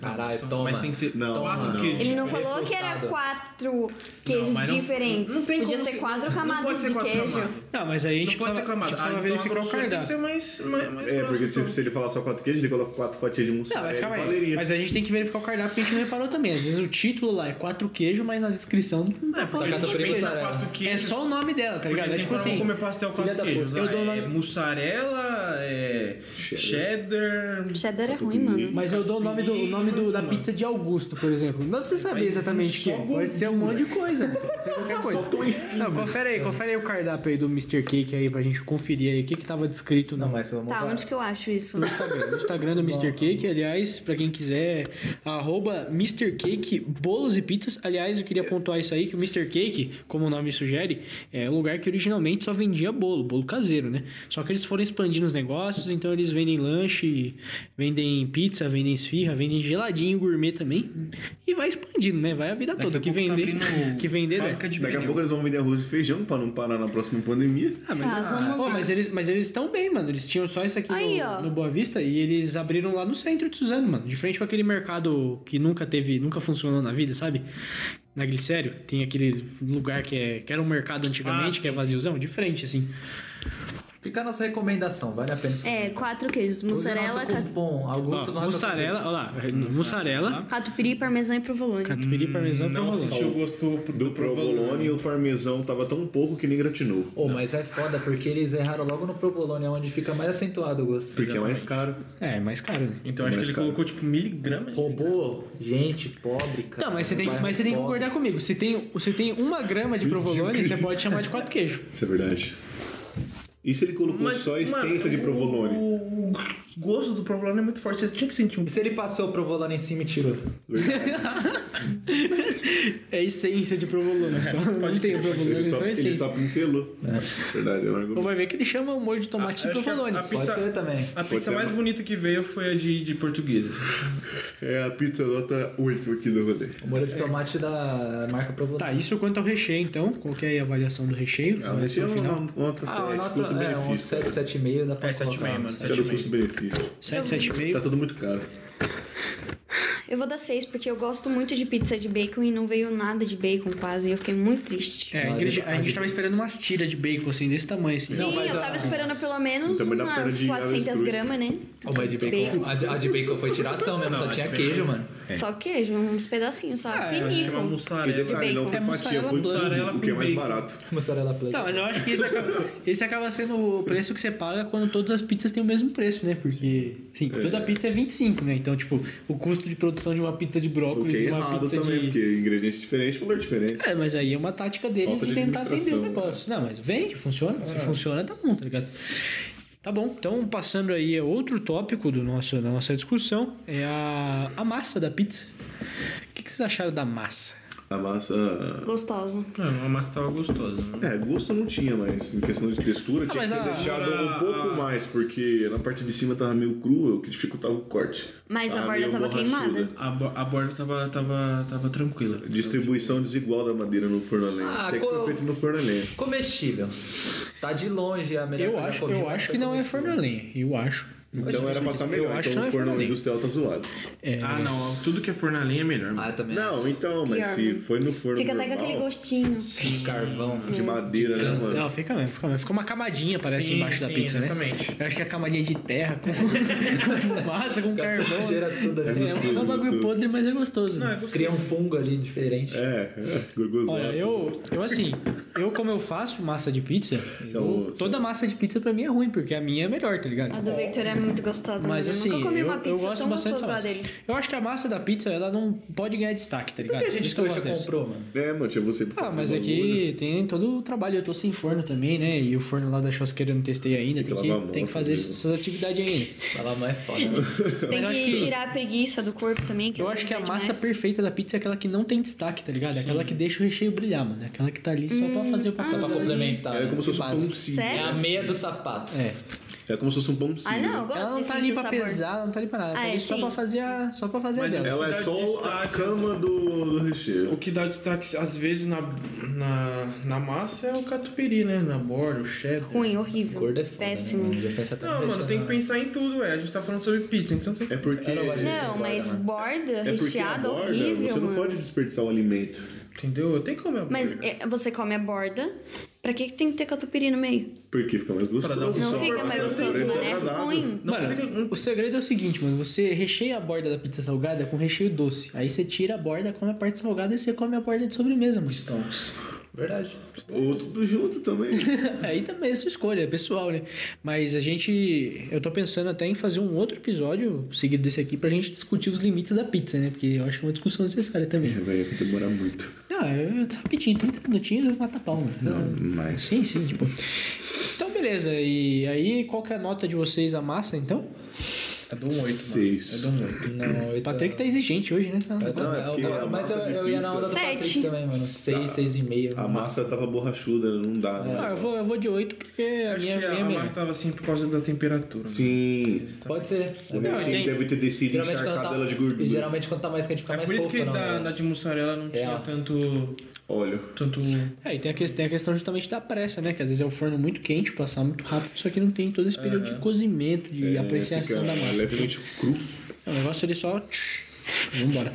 Speaker 3: Caralho, toma.
Speaker 4: Mas tem que ser
Speaker 2: Não,
Speaker 4: quatro
Speaker 2: não.
Speaker 4: queijos.
Speaker 5: Ele não
Speaker 3: É
Speaker 5: falou que era
Speaker 3: refrutado.
Speaker 5: quatro queijos
Speaker 4: mas não-
Speaker 5: diferentes.
Speaker 4: não tem
Speaker 5: Podia
Speaker 4: como
Speaker 5: ser
Speaker 4: ser-
Speaker 5: quatro
Speaker 4: não
Speaker 5: camadas
Speaker 4: pode ser
Speaker 5: de
Speaker 4: quatro
Speaker 5: queijo.
Speaker 4: camadas.
Speaker 1: Não, mas aí a gente
Speaker 4: não pode ser
Speaker 1: precisava, a gente
Speaker 4: camada. Ah,
Speaker 1: precisava
Speaker 4: então a
Speaker 1: verificar o
Speaker 4: grossura tem que
Speaker 1: cardápio.
Speaker 4: ser mais, mais, mais
Speaker 2: É, porque
Speaker 4: grossa,
Speaker 2: se,
Speaker 4: então.
Speaker 2: se ele falar só quatro queijos, ele coloca quatro fatias de
Speaker 1: Não,
Speaker 2: mussarela. É
Speaker 1: mas calma
Speaker 2: e
Speaker 1: aí.
Speaker 2: valeria.
Speaker 1: Mas a gente tem que verificar o cardápio, porque a gente não reparou também. Às vezes o título lá é quatro queijos, mas na descrição não tá
Speaker 4: É, porque
Speaker 1: falando
Speaker 4: a gente
Speaker 1: quatro
Speaker 3: catupiry e
Speaker 4: fez
Speaker 1: queijos.
Speaker 3: mussarela.
Speaker 4: quatro
Speaker 1: É
Speaker 4: queijos.
Speaker 1: só o nome dela, tá
Speaker 4: Porque
Speaker 1: ligado? É tipo
Speaker 4: sempre falam
Speaker 1: assim.
Speaker 4: comer pastel
Speaker 1: filha
Speaker 4: quatro
Speaker 1: da
Speaker 4: queijos.
Speaker 1: puta, eu
Speaker 4: ah,
Speaker 1: dou o
Speaker 4: é
Speaker 1: nome-
Speaker 4: mussarela, é cheddar...
Speaker 5: Cheddar é ruim, mano.
Speaker 1: Mas eu dou o nome, do, o nome do- da pizza de Augusto, por exemplo. Não dá pra você saber
Speaker 4: Mas
Speaker 1: exatamente o que
Speaker 4: só
Speaker 1: é. Pode ser um monte de coisa. Pode ser qualquer coisa. Não, confere aí, confere aí o cardápio aí do Mr. Cake aí pra gente conferir aí o que, que tava descrito
Speaker 3: Não,
Speaker 1: no,
Speaker 3: mas vamos
Speaker 5: Tá,
Speaker 3: falar.
Speaker 5: onde que eu acho isso?
Speaker 1: no Instagram. No Instagram do Mr. Cake, aliás, pra quem quiser, arroba Mr. Cake Bolos e Pizzas. Aliás, eu queria pontuar isso aí, que o Mr. Cake, como o nome sugere, é um lugar que originalmente só vendia bolo, bolo caseiro, né? Só que eles foram expandindo os negócios, então eles vendem lanche, vendem pizza, vendem esfirra, vendem geladinho gourmet também. E vai expandindo, né? Vai a vida
Speaker 4: Daqui
Speaker 1: toda.
Speaker 4: a
Speaker 1: Que
Speaker 4: pouco tá
Speaker 1: vender,
Speaker 4: abrindo
Speaker 1: que vender... né? dá.
Speaker 4: fábrica de
Speaker 2: Daqui a
Speaker 4: pneu.
Speaker 2: pouco eles vão vender arroz e feijão pra não parar na próxima pandemia.
Speaker 1: Ah, mas,
Speaker 5: Tá, vamos
Speaker 1: Pô,
Speaker 5: lá.
Speaker 1: mas eles mas eles estão bem, mano. Eles tinham só isso aqui
Speaker 5: Aí,
Speaker 1: no,
Speaker 5: ó.
Speaker 1: no Boa Vista e eles abriram lá no centro de Suzano, mano. De frente com aquele mercado que nunca teve, nunca funcionou na vida, sabe? Na Glicério, tem aquele lugar que, é, que era um mercado antigamente, que é vaziozão, de frente, assim.
Speaker 3: Fica a nossa recomendação, vale a pena.
Speaker 5: É, quatro queijos.
Speaker 3: Use
Speaker 5: Mussarela, tá-
Speaker 3: nosso
Speaker 5: cat-
Speaker 3: cupom, Augusto
Speaker 1: Ó, mussarela, olha lá, é, mussarela,
Speaker 5: catupiry, parmesão e provolone.
Speaker 1: catupiry, parmesão e
Speaker 4: Não
Speaker 1: provolone.
Speaker 4: sentiu o gosto
Speaker 2: Do provolone e o parmesão tava tão pouco que nem gratinou.
Speaker 3: Oh, mas é foda porque eles erraram logo no provolone, é onde fica mais acentuado o gosto.
Speaker 2: Porque é mais caro.
Speaker 1: É, mais caro, né?
Speaker 4: Então acho que
Speaker 2: Mas,
Speaker 4: ele
Speaker 2: cara,
Speaker 4: colocou tipo miligramas. de
Speaker 3: Roubou gente pobre, cara.
Speaker 1: Não, Tá, mas você tem, que-
Speaker 3: Bairro
Speaker 1: mas você tem que
Speaker 3: pobre.
Speaker 1: concordar comigo. Se tem, se tem uma grama de provolone, você pode chamar de quatro queijos.
Speaker 2: Isso é verdade. E se ele colocou
Speaker 4: Mas,
Speaker 2: só a essência
Speaker 4: mano,
Speaker 2: de provolone?
Speaker 4: o- gosto do provolone é muito forte. Você tinha que sentir um.
Speaker 3: E se ele passou o provolone em cima e tirou?
Speaker 1: É essência de provolone só. Não tem provolone,
Speaker 2: Ele só,
Speaker 1: só é
Speaker 2: ele só
Speaker 1: essência.
Speaker 2: pincelou. Verdade, é um
Speaker 1: Ou
Speaker 2: argumento.
Speaker 1: Então vai ver que ele chama o molho de tomate
Speaker 4: Ah,
Speaker 1: de
Speaker 4: acho que a-
Speaker 1: provolone.
Speaker 4: a pi-
Speaker 3: Pode
Speaker 4: Pizza-
Speaker 3: ser também.
Speaker 4: A
Speaker 2: Pode
Speaker 4: pizza
Speaker 2: ser,
Speaker 4: mais
Speaker 2: mano.
Speaker 4: bonita que veio foi a de, de portuguesa. Tipo,
Speaker 2: É a pizza nota 8 aqui do rolê.
Speaker 3: O molho de tomate da marca provolone.
Speaker 1: É. Tá, isso quanto ao recheio, então. Qual que é a avaliação do recheio?
Speaker 2: Ah, mas é
Speaker 1: avaliação final?
Speaker 2: uma nota 7,
Speaker 3: Ah, uma nota é, um
Speaker 1: tá?
Speaker 2: custo-benefício.
Speaker 3: 7, 7,5 dá pra
Speaker 4: É,
Speaker 3: colocar.
Speaker 4: 7,5, mano,
Speaker 2: cara. Quero custo-benefício.
Speaker 1: 7,
Speaker 2: Tá
Speaker 1: 7,5.
Speaker 2: tudo muito caro.
Speaker 5: Eu vou dar seis, porque eu gosto muito de pizza de bacon e não veio nada de bacon quase. E eu fiquei muito triste.
Speaker 1: É, a Ingrid, a Ingrid tava esperando umas tiras de bacon, assim, desse tamanho, assim.
Speaker 5: Sim,
Speaker 3: mas
Speaker 5: eu
Speaker 3: a-
Speaker 5: tava esperando pelo menos
Speaker 2: Também dá pena
Speaker 5: umas
Speaker 2: de
Speaker 5: 400
Speaker 2: avestruz.
Speaker 5: gramas, né?
Speaker 3: Ô, mas de bacon, a, de- a de bacon foi tiração mesmo, só
Speaker 4: Não, a
Speaker 3: tinha
Speaker 4: de
Speaker 3: queijo, mano.
Speaker 1: É.
Speaker 5: Só é, queijo, uns pedacinhos só. Finico.
Speaker 4: Chama
Speaker 2: E
Speaker 4: mussarela.
Speaker 2: detalhe, não
Speaker 5: bacon.
Speaker 2: tem
Speaker 1: É
Speaker 2: fatia,
Speaker 1: mussarela
Speaker 2: foi
Speaker 1: blanda.
Speaker 2: tudo, o que é mais
Speaker 4: Mussarela com
Speaker 2: barato.
Speaker 3: Mussarela plana.
Speaker 1: Tá, mas eu acho que esse acaba, esse acaba sendo o preço que você paga quando todas as pizzas têm o mesmo preço, né? Porque, assim, toda pizza é 25, né? Então, tipo, o custo de produção de uma pizza de
Speaker 2: O
Speaker 1: brócolis
Speaker 2: que é
Speaker 1: e uma
Speaker 2: errado
Speaker 1: pizza
Speaker 2: também,
Speaker 1: de...
Speaker 2: porque ingrediente diferente, valor diferente.
Speaker 1: É, mas aí é uma tática deles
Speaker 2: Falta
Speaker 1: de
Speaker 2: de
Speaker 1: tentar vender o
Speaker 2: administração, né? É.
Speaker 1: negócio. Não, mas vende, funciona. Se funciona, tá bom, tá ligado? Tá bom, então passando aí a outro tópico do nosso, da nossa discussão, é a, a massa da pizza. O que, que vocês acharam da massa?
Speaker 2: A massa...
Speaker 5: Gostoso.
Speaker 4: Não, a massa tava gostosa. né?
Speaker 2: É, gosto não tinha, mas em questão de textura tinha
Speaker 1: Ah, mas
Speaker 2: que ser
Speaker 1: a-
Speaker 2: deixado um
Speaker 4: a-
Speaker 2: pouco mais, porque na parte de cima tava meio crua, o que dificultava o corte.
Speaker 5: Mas a
Speaker 1: Ah,
Speaker 5: borda
Speaker 2: meio
Speaker 5: tava
Speaker 2: borrachuda.
Speaker 5: queimada.
Speaker 4: A, bo- a borda tava, tava, tava tranquila.
Speaker 2: Distribuição desigual da madeira no forno a lenha.
Speaker 3: Ah,
Speaker 2: Isso é que
Speaker 3: co-
Speaker 2: foi feito no forno a lenha.
Speaker 3: Comestível. Tá de longe a melhor
Speaker 1: Eu
Speaker 3: coisa
Speaker 1: acho, eu acho que não é forno a lenha. Eu acho.
Speaker 2: Então era pra estar
Speaker 1: Eu
Speaker 2: melhor,
Speaker 1: acho que
Speaker 2: então
Speaker 1: não é forno a
Speaker 2: o forno
Speaker 1: lenha.
Speaker 2: industrial tá zoado.
Speaker 1: É,
Speaker 4: Ah, não. Tudo que é fornalinha é melhor.
Speaker 3: Ah,
Speaker 4: mano.
Speaker 3: eu também acho.
Speaker 2: Não, então, mas
Speaker 5: Pior,
Speaker 2: se
Speaker 5: né?
Speaker 2: foi no forno
Speaker 5: Fica até com
Speaker 2: normal,
Speaker 5: aquele gostinho.
Speaker 3: Carvão.
Speaker 2: de madeira, né,
Speaker 3: Cansa.
Speaker 2: mano?
Speaker 1: Não, fica mesmo, fica mesmo. Fica uma camadinha, parece,
Speaker 4: Sim,
Speaker 1: embaixo da
Speaker 4: sim,
Speaker 1: pizza,
Speaker 4: exatamente.
Speaker 1: né? Eu acho que é a camadinha de terra com, com fumaça, com carvão.
Speaker 3: sujeira toda ali.
Speaker 1: É, é um
Speaker 2: gostoso,
Speaker 1: bagulho
Speaker 2: gostoso.
Speaker 1: podre, mas é gostoso. né?
Speaker 3: Cria um fungo ali diferente.
Speaker 2: É, é, gorgonzola.
Speaker 1: Olha, eu, eu assim, eu como eu faço massa de pizza,
Speaker 2: Então,
Speaker 1: eu- toda massa de pizza pra mim é ruim, porque a minha é melhor, tá ligado?
Speaker 5: A do Victor é muito gostosa.
Speaker 1: Mas
Speaker 5: mano.
Speaker 1: assim,
Speaker 5: eu nunca comi
Speaker 1: eu,
Speaker 5: uma
Speaker 1: eu
Speaker 5: pizza
Speaker 1: gosto
Speaker 5: tão
Speaker 1: bastante dessa
Speaker 5: gostosa
Speaker 1: massa.
Speaker 5: dele.
Speaker 1: Eu acho que a massa da pizza, ela não pode ganhar destaque, tá
Speaker 3: Por
Speaker 1: ligado?
Speaker 3: que a gente
Speaker 1: Isso que eu gosto
Speaker 3: trouxa
Speaker 1: dessa.
Speaker 3: comprou, mano?
Speaker 2: É, mano, tinha você
Speaker 1: Ah, mas
Speaker 2: fazer
Speaker 1: é
Speaker 2: um bagulho.
Speaker 1: que tem todo o trabalho. Eu tô sem forno também, né? E o forno lá da churrasqueira eu não testei ainda. Tem
Speaker 2: Tem que
Speaker 1: que,
Speaker 2: lavar a mão,
Speaker 1: tem que fazer
Speaker 2: beleza.
Speaker 1: essas atividades ainda.
Speaker 3: Ela não é foda, mano.
Speaker 5: Tem
Speaker 1: eu
Speaker 5: que,
Speaker 1: acho que-
Speaker 5: tirar a preguiça do corpo também.
Speaker 1: Eu
Speaker 5: às
Speaker 1: acho
Speaker 5: vezes
Speaker 1: que a
Speaker 5: é
Speaker 1: massa
Speaker 5: demais.
Speaker 1: perfeita da pizza é aquela que não tem destaque, tá ligado? É aquela que deixa o recheio brilhar, mano. É aquela que tá ali só
Speaker 5: Hum,
Speaker 1: pra fazer o
Speaker 3: Só
Speaker 5: ah,
Speaker 1: papel.
Speaker 3: pra
Speaker 1: tá,
Speaker 3: complementar.
Speaker 2: Era
Speaker 3: né?
Speaker 2: como se fosse um
Speaker 3: Básico.
Speaker 2: pãozinho.
Speaker 5: Sério?
Speaker 3: É a meia do sapato.
Speaker 1: É.
Speaker 2: É como se fosse um pãozinho.
Speaker 5: Ah, não, eu gosto
Speaker 1: Ela não
Speaker 5: de
Speaker 1: tá
Speaker 5: sentir
Speaker 1: ali
Speaker 5: o
Speaker 1: pra
Speaker 5: sabor.
Speaker 1: pesar, ela não tá ali pra nada. tá
Speaker 5: Ah, é,
Speaker 1: ali só
Speaker 5: sim.
Speaker 1: pra fazer a, só pra fazer a
Speaker 4: Mas
Speaker 1: dela.
Speaker 2: Ela é só a
Speaker 4: né?
Speaker 2: cama do, do
Speaker 4: O
Speaker 2: recheio.
Speaker 4: que dá destaque, às vezes, na, na, na massa é o catupiry, né? Na borda, o cheddar.
Speaker 5: Ruim, horrível.
Speaker 3: Gordo é foda,
Speaker 5: Péssimo.
Speaker 3: né, mano? Já pensa até
Speaker 4: Não,
Speaker 3: no
Speaker 4: mano, tem que
Speaker 3: recheio,
Speaker 4: pensar em tudo, ué. A gente tá falando sobre pizza, então tem que...
Speaker 2: É porque...
Speaker 3: Eu não gosto de
Speaker 2: É
Speaker 5: Não, mas
Speaker 3: Borda, né?
Speaker 5: borda,
Speaker 1: É
Speaker 2: porque a
Speaker 5: recheada,
Speaker 2: borda,
Speaker 5: horrível,
Speaker 2: você não
Speaker 5: mano.
Speaker 2: pode desperdiçar o alimento.
Speaker 4: Entendeu? Eu tenho que comer a
Speaker 5: Mas
Speaker 4: borda.
Speaker 5: é, você come a borda, pra que, que tem que ter catupiry no meio?
Speaker 2: Porque fica mais gostoso.
Speaker 4: dar um
Speaker 5: Não
Speaker 2: só
Speaker 5: fica
Speaker 2: pra
Speaker 5: mais
Speaker 2: ser
Speaker 5: gostoso,
Speaker 2: diferente,
Speaker 5: mano. É
Speaker 2: agradável.
Speaker 5: ruim.
Speaker 4: Não,
Speaker 1: Mano,
Speaker 4: fica- não-
Speaker 1: o segredo é o seguinte, mano. Você recheia a borda da pizza salgada com recheio doce. Aí você tira a borda, come a parte salgada e você come a borda de sobremesa, mano.
Speaker 3: né? Verdade.
Speaker 2: Ou tudo junto também.
Speaker 1: Aí também é sua escolha, é pessoal, né? Mas a gente. Eu tô pensando até em fazer um outro episódio seguido desse aqui pra gente discutir os limites da pizza, né? Porque eu acho que é uma discussão necessária também.
Speaker 2: Vai demorar muito.
Speaker 1: Ah, é rapidinho, 30 minutinhos eu mato a palma.
Speaker 2: Mas...
Speaker 1: Sim, sim, tipo. Então, beleza. E aí, qual que é a nota de vocês, a massa, então?
Speaker 4: Eu
Speaker 5: é
Speaker 4: dou um 8, mano.
Speaker 2: Seis.
Speaker 4: Eu dou um 8.
Speaker 3: Não,
Speaker 1: O Patrick tá exigente hoje, né? Tá-
Speaker 3: Eu tô-
Speaker 2: Não, é
Speaker 3: eu-
Speaker 2: porque a
Speaker 3: mas eu,
Speaker 2: massa de
Speaker 3: eu ia na onda do
Speaker 5: pizza-
Speaker 3: Patrick
Speaker 5: Sete.
Speaker 3: também, mano.
Speaker 2: Ah.
Speaker 3: 6, 6,5.
Speaker 2: A massa tava borrachuda, não dá,
Speaker 1: Ah,
Speaker 2: né?
Speaker 1: eu vou, eu vou de 8 porque a
Speaker 4: Acho
Speaker 1: minha,
Speaker 4: que
Speaker 1: minha é
Speaker 4: a massa
Speaker 1: melhor.
Speaker 4: tava assim por causa da temperatura. mano.
Speaker 2: Sim.
Speaker 3: Pode ser.
Speaker 2: O
Speaker 3: É,
Speaker 2: recheio
Speaker 1: tem-
Speaker 2: deve ter descido
Speaker 3: geralmente quando
Speaker 2: encharcado
Speaker 3: tá-
Speaker 2: ela de gordura.
Speaker 3: E geralmente quando tá mais quente fica
Speaker 4: É
Speaker 3: mais
Speaker 4: por isso
Speaker 3: fofo,
Speaker 4: que
Speaker 3: não
Speaker 4: da,
Speaker 1: né?
Speaker 3: é?
Speaker 4: da de mussarela não tinha
Speaker 3: Real.
Speaker 4: tanto...
Speaker 2: Óleo.
Speaker 4: Tanto...
Speaker 1: É, e tem a, que- tem a questão justamente da pressa, né? Que às vezes é o forno muito quente, passar muito rápido, só que não tem todo esse período de cozimento,
Speaker 4: É,
Speaker 1: de apreciação é da massa.
Speaker 2: É, Levemente cru.
Speaker 1: É um negócio ali só. tch, Vambora.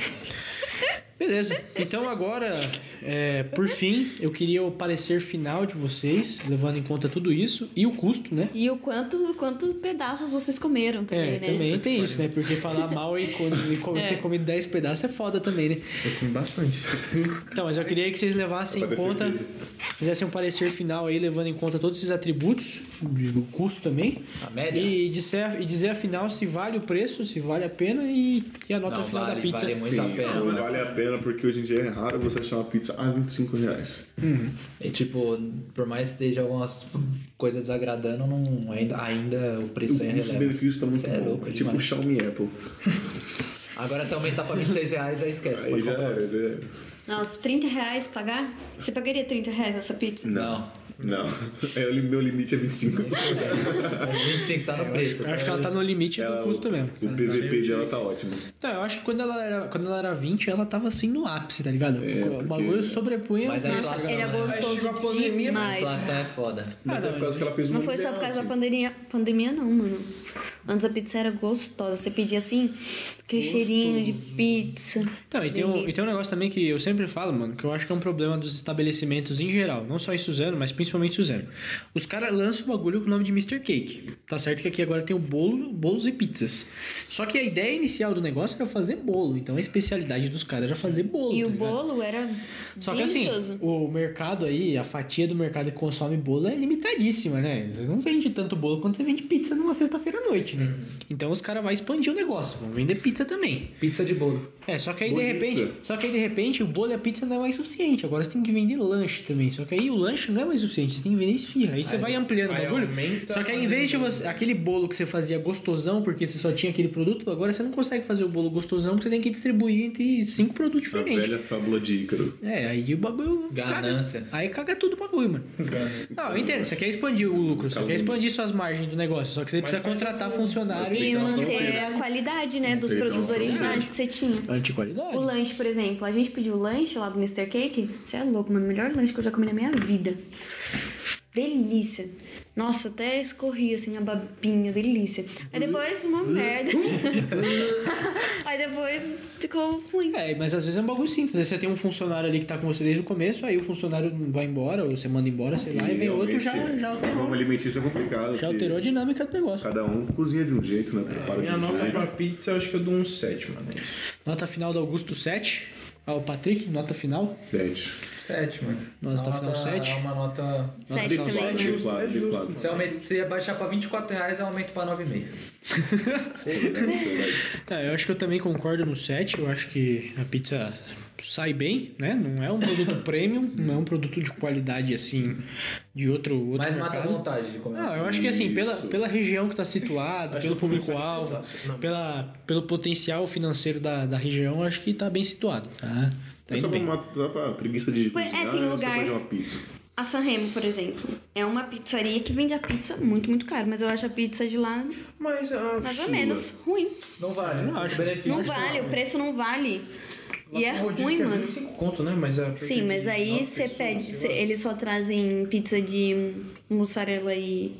Speaker 1: Beleza. Então agora, é, por fim, eu queria o parecer final de vocês, levando em conta tudo isso e o custo, né?
Speaker 5: E o quanto, quantos pedaços vocês comeram também,
Speaker 1: É,
Speaker 5: né?
Speaker 1: também tem isso, né? Porque falar mal e, co- e co- ter comido 10 pedaços é foda também, né?
Speaker 4: Eu comi bastante.
Speaker 1: Então, mas eu queria que vocês levassem em
Speaker 2: Pra ter
Speaker 1: conta,
Speaker 2: certeza.
Speaker 1: fizessem um parecer final aí, levando em conta todos esses atributos, o custo também,
Speaker 3: A média?
Speaker 1: e dizer, e dizer afinal se vale o preço, se vale a pena e, e a nota
Speaker 3: Não,
Speaker 1: final da
Speaker 3: vale-
Speaker 1: pizza.
Speaker 3: vale muito.
Speaker 1: Tá
Speaker 2: Sim,
Speaker 3: a pena.
Speaker 2: não vale a grana, porque hoje em dia é raro você achar uma pizza a 25 reais.
Speaker 3: E tipo, por mais que esteja algumas coisas desagradando, não, ainda, ainda o preço é
Speaker 2: o
Speaker 3: relevante.
Speaker 2: custo-benefício tá muito
Speaker 3: Cê é
Speaker 2: bom.
Speaker 3: louco,
Speaker 2: É
Speaker 3: é
Speaker 2: tipo o
Speaker 3: demais.
Speaker 2: Xiaomi Apple.
Speaker 3: Agora se aumentar pra 26 reais, aí
Speaker 1: É,
Speaker 3: esquece.
Speaker 2: Aí
Speaker 3: pode
Speaker 2: já
Speaker 3: comprar.
Speaker 2: era, né?
Speaker 5: Nossa, 30 reais pagar? Você pagaria 30 reais essa pizza?
Speaker 1: Hum.
Speaker 3: Não.
Speaker 2: Não. É, o li- meu limite é 25.
Speaker 3: Mas 25 tá no
Speaker 1: Eu acho,
Speaker 3: preço.
Speaker 1: eu acho que ela tá no limite
Speaker 2: Ela- é
Speaker 1: do custo mesmo.
Speaker 2: O PVP dela tá ótimo.
Speaker 1: Não, eu acho que quando ela era, quando ela era 20, ela tava assim no ápice, tá ligado?
Speaker 2: É,
Speaker 1: o
Speaker 2: porque-
Speaker 1: bagulho sobrepunha.
Speaker 3: Mas a
Speaker 5: Nossa,
Speaker 3: inflação,
Speaker 5: ele é
Speaker 3: né?
Speaker 5: gostoso
Speaker 4: Chegou a pandemia,
Speaker 3: A
Speaker 5: demais.
Speaker 1: né?
Speaker 3: inflação é foda.
Speaker 2: Mas é por causa que ela fez
Speaker 5: Não
Speaker 2: muito
Speaker 5: foi só
Speaker 2: dela,
Speaker 5: por causa da
Speaker 2: assim.
Speaker 5: pandemia, pandemia não, mano. Antes a pizza era gostosa. Você pedia assim, aquele cheirinho de pizza.
Speaker 1: Não, e tem, um, e
Speaker 5: Delícia.
Speaker 1: tem um negócio também que eu sempre falo, mano, que eu acho que é um problema dos estabelecimentos em geral, não só em Suzano, mas principalmente em Suzano. Os caras lançam o bagulho com o nome de Mr. Cake. Tá certo que aqui agora tem o bolo, bolos e pizzas. Só que a ideia inicial do negócio era fazer bolo, então a especialidade dos caras era fazer bolo.
Speaker 5: E
Speaker 1: tá
Speaker 5: o
Speaker 1: ligado?
Speaker 5: bolo era
Speaker 1: Só que assim,
Speaker 5: delicioso.
Speaker 1: o mercado aí, a fatia do mercado que consome bolo é limitadíssima, né? Você não vende tanto bolo quanto você vende pizza numa sexta-feira à noite, né? Então os caras vão expandir o negócio, vão vender pizza também.
Speaker 3: Pizza de bolo.
Speaker 1: É, só que aí
Speaker 2: Boa
Speaker 1: de repente,
Speaker 2: pizza.
Speaker 1: só que aí de repente o bolo e a pizza não é mais suficiente. Agora você tem que vender lanche também. Só que aí o lanche não é mais suficiente, você tem que vender esfirra. Aí você vai ampliando o
Speaker 4: aí
Speaker 1: bagulho.
Speaker 4: aumenta
Speaker 1: Só que aí em vez de você aquele bolo que você fazia gostosão porque você só tinha aquele produto, agora você não consegue fazer o bolo gostosão, porque você tem que distribuir entre cinco produtos
Speaker 2: A
Speaker 1: diferentes.
Speaker 2: velha fábula de Ícaro.
Speaker 1: É, aí o bagulho.
Speaker 3: Ganância.
Speaker 1: caga- aí caga tudo o bagulho, mano. Não, eu entendo, você quer expandir o lucro, você quer expandir suas margens do negócio, só que você precisa contratar funcionário
Speaker 5: E
Speaker 1: e
Speaker 5: manter a qualidade, né, dos
Speaker 2: Tem que dar uma
Speaker 5: produtos originais que você tinha. O
Speaker 1: antiqualidade.
Speaker 5: lanche, por exemplo, a gente pediu o lanche lá do Mr. Cake. Você é louco, mano. o Melhor lanche que eu já comi na minha vida. Delícia. Nossa, até escorria assim a babinha, delícia. Aí depois, uma merda. Aí depois ficou ruim.
Speaker 1: É, mas às vezes é um bagulho simples. Às vezes você tem um funcionário ali que tá com você desde o começo, aí o funcionário vai embora, ou você manda embora, sei lá, e vem outro já, já
Speaker 2: O
Speaker 1: alterou.
Speaker 2: ramo alimentício é complicado.
Speaker 1: Já
Speaker 2: porque
Speaker 1: alterou É, a dinâmica do negócio.
Speaker 2: Cada um cozinha de um jeito, né? Prepara de
Speaker 4: Minha
Speaker 2: um
Speaker 4: nota pra
Speaker 2: jeito.
Speaker 4: pizza, eu acho que eu dou um 7, mano.
Speaker 1: Nota final do Augusto 7. Ah, o Patrick, nota final.
Speaker 2: Sete.
Speaker 4: 7, mano.
Speaker 1: Nota, final 7.
Speaker 3: É uma nota...
Speaker 5: Sete
Speaker 1: Nossa, é
Speaker 5: também.
Speaker 2: Quatro,
Speaker 5: né?
Speaker 2: de quatro, de quatro.
Speaker 3: Se, aumenta, se abaixar pra 24 reais, eu aumento pra 9,5.
Speaker 1: É, eu acho que eu também concordo no 7. Eu acho que a pizza sai bem, né? Não é um produto premium, não é um produto de qualidade assim de outro, outro
Speaker 3: Mas mata a
Speaker 1: mercado.
Speaker 3: vontade de comer.
Speaker 1: Não, eu acho que assim, pela,
Speaker 2: Isso.
Speaker 1: pela região que está situado, pelo público-alvo,
Speaker 4: Não.
Speaker 1: pela- pelo potencial financeiro da, da região, eu acho que tá bem situado. Tá, tá
Speaker 2: É
Speaker 1: indo
Speaker 2: só pra,
Speaker 1: bem.
Speaker 2: uma, só pra preguiça de
Speaker 5: Pois é,
Speaker 2: cozinhar,
Speaker 5: tem
Speaker 2: né? Só
Speaker 5: lugar.
Speaker 2: pra fazer uma pizza.
Speaker 5: A Sanremo, por exemplo, é uma pizzaria que vende a pizza muito, muito caro. Mas eu acho a pizza de lá
Speaker 4: Mas ah, a
Speaker 5: mais ou
Speaker 2: Sua.
Speaker 5: menos ruim.
Speaker 3: Não vale.
Speaker 1: não acho.
Speaker 3: Benefício.
Speaker 5: Não vale, o preço não vale. E é ruim, mano.
Speaker 4: 5 conto, né? Mas a
Speaker 5: Sim, mas aí você pede. cê- eles só trazem pizza de mussarela e.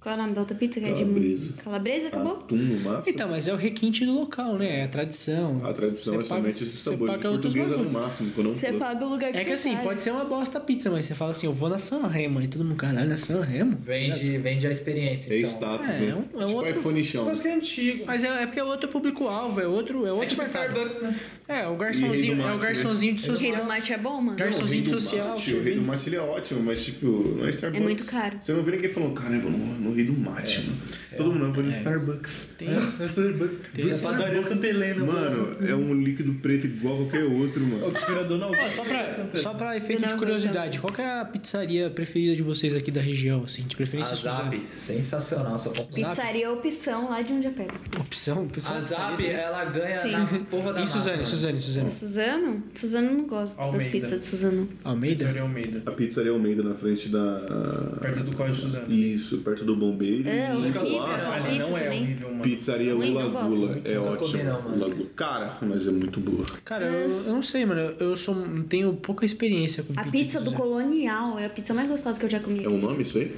Speaker 5: Qual é o nome da outra pizza? Que É
Speaker 2: Calabresa.
Speaker 5: de... Calabresa, acabou?
Speaker 2: Atum no máximo.
Speaker 1: Então, mas é o requinte do local, né? É a tradição.
Speaker 2: A tradição é
Speaker 1: Você paga-
Speaker 2: somente esses
Speaker 1: você
Speaker 2: sabores
Speaker 1: paga outros
Speaker 2: portuguesa no
Speaker 1: bagulho.
Speaker 2: máximo, quando não
Speaker 5: Você
Speaker 2: for.
Speaker 5: paga o lugar que
Speaker 1: É que
Speaker 5: você
Speaker 1: assim,
Speaker 5: tá.
Speaker 1: pode ser uma bosta a pizza, mas você fala assim, eu vou na Sanremo, aí todo mundo, caralho, na Sanremo?
Speaker 3: Vende, vende a experiência.
Speaker 2: É
Speaker 3: então.
Speaker 2: status,
Speaker 1: É,
Speaker 2: né?
Speaker 1: é um- é
Speaker 2: tipo
Speaker 1: outro-
Speaker 2: iPhone chão.
Speaker 4: Mas que é antigo.
Speaker 1: Mas é, é porque é outro público-alvo, é outro. É, outro
Speaker 4: tipo
Speaker 1: mercado.
Speaker 4: Starbucks, né?
Speaker 1: é o garçonzinho,
Speaker 2: E Rei do
Speaker 1: é o
Speaker 2: Mate, né?
Speaker 1: garçonzinho de
Speaker 5: O Rei do
Speaker 1: social.
Speaker 5: Mate é bom, mano?
Speaker 1: Gar- Garçonzinho
Speaker 2: Não, o rei do
Speaker 1: social,
Speaker 2: mate, O rei do mate ele é ótimo, mas tipo, não é Starbucks.
Speaker 5: muito caro.
Speaker 2: Você não vê ninguém falando, cara, eu vou no, no rei do mate, mano. Todo mundo vai no Starbucks.
Speaker 1: É. Tem-
Speaker 2: É, Starbucks.
Speaker 1: Tem essa
Speaker 2: Starbucks. Mano, é um líquido preto igual qualquer outro, mano.
Speaker 4: Operador não.
Speaker 1: Ó, só, pra, só pra efeito de
Speaker 5: Não,
Speaker 1: curiosidade, qual que é a pizzaria preferida de vocês aqui da região, assim, de
Speaker 3: A
Speaker 1: preferência Suzano?
Speaker 3: Zap, sensacional um essa pontuação.
Speaker 5: Pizzaria é opção lá de onde eu pego.
Speaker 1: Opção, opção
Speaker 3: A
Speaker 1: pizzaria.
Speaker 3: Zap, ela ganha
Speaker 5: Sim.
Speaker 3: na porra da
Speaker 1: E
Speaker 3: massa, né?
Speaker 1: Suzane,
Speaker 3: mano.
Speaker 1: Suzane, Suzane.
Speaker 5: Suzano? Suzano não gosta das
Speaker 4: Almeida.
Speaker 5: pizzas de Suzano.
Speaker 1: Almeida?
Speaker 4: Pizzaria Almeida.
Speaker 2: A pizzaria Almeida na frente da.
Speaker 4: Perto do Código Suzano.
Speaker 2: Isso, perto do bombeiro.
Speaker 5: É, horrível.
Speaker 3: lá,
Speaker 5: A
Speaker 4: Ali
Speaker 5: pizza
Speaker 4: não é
Speaker 5: também.
Speaker 4: horrível, mano.
Speaker 2: Pizzaria
Speaker 5: Ruim,
Speaker 2: Lula
Speaker 5: não gosto.
Speaker 2: Gula. É
Speaker 3: Nunca comi,
Speaker 2: ótimo.
Speaker 3: não, mano.
Speaker 2: Lula Gula. Cara, mas é muito boa.
Speaker 1: Cara, eu, eu não sei, mano. Eu sou, tenho pouca experiência com
Speaker 5: A
Speaker 1: pizza.
Speaker 5: pizza
Speaker 1: de
Speaker 5: do
Speaker 1: Suzano.
Speaker 5: Colonial é a pizza mais gostosa que eu já comi.
Speaker 2: É um nome Ah, isso aí?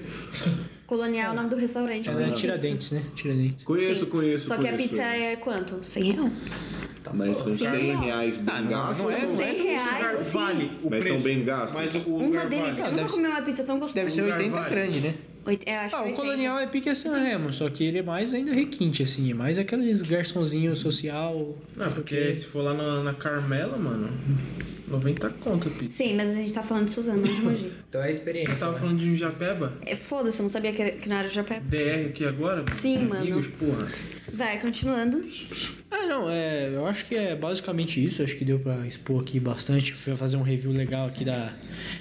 Speaker 5: Colonial é o nome do restaurante.
Speaker 1: Ela é Tiradentes, né? Tiradentes.
Speaker 2: Conheço,
Speaker 5: Sim.
Speaker 2: conheço.
Speaker 5: Só que a
Speaker 2: conheço.
Speaker 5: pizza é quanto? 100 real?
Speaker 1: Tá
Speaker 2: Mas
Speaker 3: Então,
Speaker 2: são
Speaker 5: Sim.
Speaker 2: 100 reais bem gastos.
Speaker 1: não é-
Speaker 5: 100 reais, assim.
Speaker 2: Mas são bem gastos.
Speaker 4: Mas o, o
Speaker 5: Uma
Speaker 4: lugar
Speaker 5: delícia.
Speaker 4: vale.
Speaker 5: Eu
Speaker 1: Ah, deve
Speaker 5: nunca
Speaker 1: ser-
Speaker 5: comi uma pizza tão gostosa.
Speaker 3: Um
Speaker 1: Deve ser
Speaker 4: lugar
Speaker 1: 80
Speaker 4: vale.
Speaker 1: grande, né?
Speaker 5: Oit- É, acho
Speaker 1: Ah,
Speaker 5: que
Speaker 1: o
Speaker 5: 80.
Speaker 1: colonial é pique San Remo, só que ele é mais ainda requinte, assim, é mais aqueles garçonzinho social.
Speaker 4: Não, é porque se for lá na, na Carmela, mano, 90 conto, Pix.
Speaker 5: Sim, mas a gente tá falando de Suzano, não de Mogi.
Speaker 3: Então é a experiência.
Speaker 4: Eu tava
Speaker 3: né?
Speaker 4: falando de Japeba,
Speaker 5: É, Foda-se, eu não sabia que, era, que não era Japé.
Speaker 4: DR aqui agora. mano.
Speaker 5: Sim, mano.
Speaker 4: Amigos, porra.
Speaker 5: Vai, continuando.
Speaker 1: Ah, não, é, eu acho que é basicamente isso. Acho que deu pra expor aqui bastante, fa- fazer um review legal aqui da,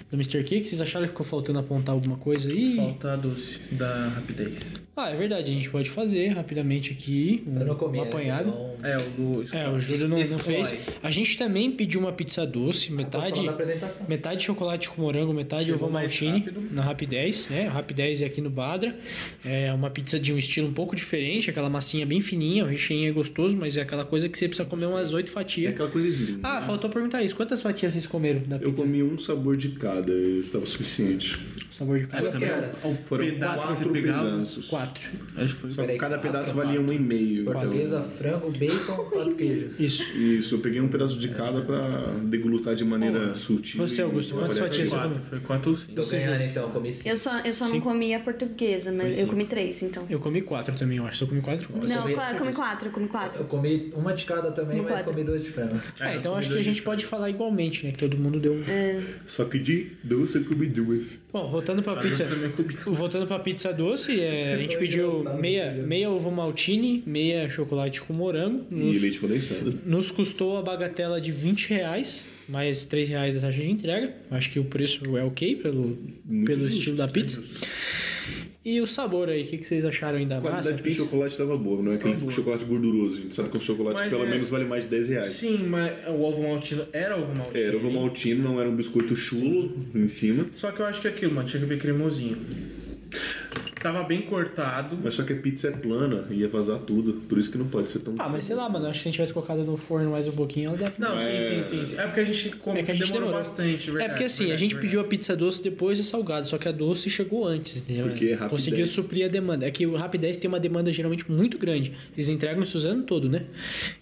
Speaker 1: do Mr. Kick. Vocês acharam que ficou faltando apontar alguma coisa aí?
Speaker 4: Falta a doce da rapidez.
Speaker 1: Ah, é verdade, a gente pode fazer rapidamente aqui um,
Speaker 3: Eu não
Speaker 1: um
Speaker 3: comi essa,
Speaker 1: apanhado.
Speaker 3: então-
Speaker 4: É, o do.
Speaker 1: É, o Júlio não, não fez. A gente também pediu uma pizza doce,
Speaker 3: Posso
Speaker 1: metade.
Speaker 3: falar da apresentação.
Speaker 1: Metade chocolate com morango, metade
Speaker 4: Chegou
Speaker 1: ovo
Speaker 4: mais
Speaker 1: maltine
Speaker 4: rápido.
Speaker 1: na Rapidez, né? Rapidez é aqui no Badra. É uma pizza de um estilo um pouco diferente, aquela massinha bem fininha, o recheio é gostoso, mas é aquela coisa que você precisa comer umas oito
Speaker 2: É
Speaker 1: fatias.
Speaker 2: aquela coisinha.
Speaker 1: Ah, faltou perguntar isso. Quantas fatias vocês comeram da
Speaker 2: Eu
Speaker 1: pizza?
Speaker 2: comi um sabor de cada, eu tava suficiente.
Speaker 1: Sabor de
Speaker 3: Olha
Speaker 1: cada.
Speaker 3: que era.
Speaker 2: Foram
Speaker 4: pedaço que
Speaker 2: quatro
Speaker 4: você pegava?
Speaker 2: pedaços.
Speaker 1: Quatro.
Speaker 4: Acho que foi.
Speaker 2: Só que
Speaker 3: Peraí,
Speaker 2: cada
Speaker 3: quatro,
Speaker 2: pedaço
Speaker 3: quatro.
Speaker 2: valia um e meio. então.
Speaker 3: Portuguesa,
Speaker 1: um-
Speaker 3: frango, bacon, quatro queijos.
Speaker 1: Isso.
Speaker 2: Isso, eu peguei um pedaço de cada pra deglutar de maneira sutil.
Speaker 1: Você,
Speaker 2: e
Speaker 1: Augusto, quantas fatias
Speaker 2: variativa.
Speaker 1: você
Speaker 4: Quatro,
Speaker 1: comeu?
Speaker 4: foi quatro ou cinco.
Speaker 3: Tô ganhando então, comi cinco.
Speaker 5: Eu só, eu só não
Speaker 1: Cinco.
Speaker 5: comi a portuguesa, mas eu comi três, então.
Speaker 1: Eu comi quatro também, eu acho. Se eu comi quatro, eu comi
Speaker 5: não,
Speaker 1: cinco.
Speaker 5: qua- eu comi quatro, eu comi quatro.
Speaker 3: Eu comi uma de cada também,
Speaker 5: No
Speaker 3: mas
Speaker 5: quadro.
Speaker 3: comi duas de frango.
Speaker 1: É, então
Speaker 4: eu
Speaker 1: acho que
Speaker 4: comi
Speaker 1: a
Speaker 4: dois.
Speaker 1: gente pode falar igualmente, né? Que todo mundo deu um.
Speaker 2: Só que de doce eu comi duas.
Speaker 1: Bom, voltando pra pizza. Voltando pra pizza doce, é, a gente
Speaker 3: Foi
Speaker 1: pediu
Speaker 3: engraçado,
Speaker 1: meia,
Speaker 3: entendeu?
Speaker 1: meia ovo maltine, meia chocolate com morango.
Speaker 2: E
Speaker 1: Nos,
Speaker 2: leite condensado.
Speaker 1: nos custou a bagatela de 20 reais, mais 3 reais da taxa de entrega. Acho que o preço é ok pelo,
Speaker 2: Muito
Speaker 1: pelo
Speaker 2: justo,
Speaker 1: estilo da
Speaker 2: muito
Speaker 1: pizza. E o sabor aí, o que, que vocês acharam ainda?
Speaker 2: A
Speaker 1: Massa, é
Speaker 2: qualidade do
Speaker 1: pizza?
Speaker 2: chocolate tava boa, não é aquele chocolate gorduroso. A gente sabe que um chocolate
Speaker 4: Mas
Speaker 2: pelo
Speaker 4: é-
Speaker 2: menos vale mais de 10 reais.
Speaker 4: Sim, mas o ovo maltino era ovo maltino.
Speaker 2: Era o maltino, não era um biscoito chulo em cima,
Speaker 4: Só que eu acho que é aquilo, mano, tinha que ver cremosinho. Tava bem cortado.
Speaker 2: mas só que a pizza é plana, ia vazar tudo, por isso que não pode ser tão.
Speaker 1: Ah, mas sei lá, mano, acho que se a gente tivesse colocado no forno mais um pouquinho, ela dava.
Speaker 4: Não,
Speaker 2: É.
Speaker 4: sim, sim, sim, sim. É porque a gente comeu,
Speaker 1: É que a gente demorou.
Speaker 4: bastante, verdade.
Speaker 1: é porque assim, a
Speaker 4: verdade,
Speaker 1: gente
Speaker 4: verdade.
Speaker 1: pediu a pizza doce depois do salgado, só que a doce chegou antes, entendeu?
Speaker 2: Porque é Rapidez.
Speaker 1: Conseguiu suprir a demanda. É que o Rapidez tem uma demanda geralmente muito grande. Eles entregam em Suzano todo, né?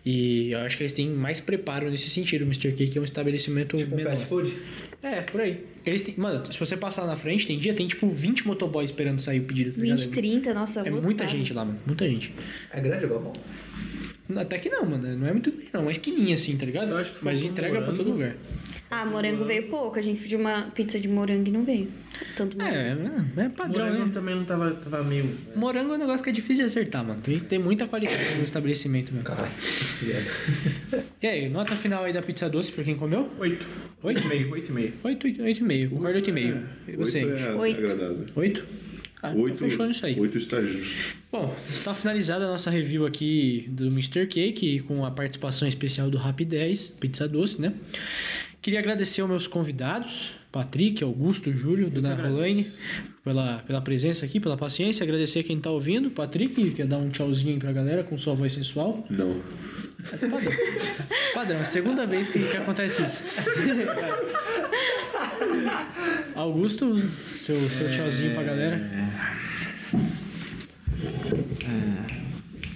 Speaker 1: E eu acho que eles têm mais preparo nesse sentido. O Mr. K, que é um estabelecimento
Speaker 4: Tipo
Speaker 3: Um
Speaker 1: menor.
Speaker 3: fast food.
Speaker 1: É, por aí. Eles têm... Mano, se você passar na frente, tem dia, tem tipo 20 motoboys esperando sair o pedido, tá ligado?
Speaker 5: 20, 30, nossa,
Speaker 1: É
Speaker 5: lotado.
Speaker 1: muita gente lá, mano. Muita gente.
Speaker 3: É grande o galpão?
Speaker 1: Até que não, mano. Não é muito grande, não. É uma esquininha assim, tá ligado?
Speaker 4: Eu acho que foi
Speaker 1: Mas
Speaker 4: com
Speaker 1: entrega pra
Speaker 4: morango.
Speaker 1: todo lugar.
Speaker 5: Ah, morango veio pouco. A gente pediu uma pizza de morango e não veio. Tanto morango.
Speaker 1: É, é padrão,
Speaker 4: Morango
Speaker 1: né?
Speaker 4: também não tá- tava, tava meio.
Speaker 1: Morango é um negócio que é difícil de acertar, mano. Tem que ter muita qualidade no estabelecimento mesmo.
Speaker 3: Caralho.
Speaker 1: E aí, nota final aí da pizza doce pra quem comeu?
Speaker 4: Oito.
Speaker 1: Oito?
Speaker 4: Oito e meio, oito e meio.
Speaker 1: 8, 8, 8 e meio. Concordo 8 e meio. E
Speaker 2: Oito
Speaker 1: você? Tá,
Speaker 2: é
Speaker 5: Oito.
Speaker 2: agradável.
Speaker 1: 8? Ah,
Speaker 2: Oito,
Speaker 1: então fechou nisso aí.
Speaker 2: Oito está justo.
Speaker 1: Bom, está finalizada a nossa review aqui do Mr. Cake com a participação especial do Rap 10, pizza doce, né? Queria agradecer aos meus convidados, Patrick, Augusto, Júlio, Dona Rolaine, pela, pela presença aqui, pela paciência. Agradecer quem tá ouvindo. Patrick, quer dar um tchauzinho aí pra galera com sua voz sensual.
Speaker 2: Não.
Speaker 1: Padrão. Padrão, é segunda vez que, que acontece isso. Augusto, seu, seu tchauzinho pra galera.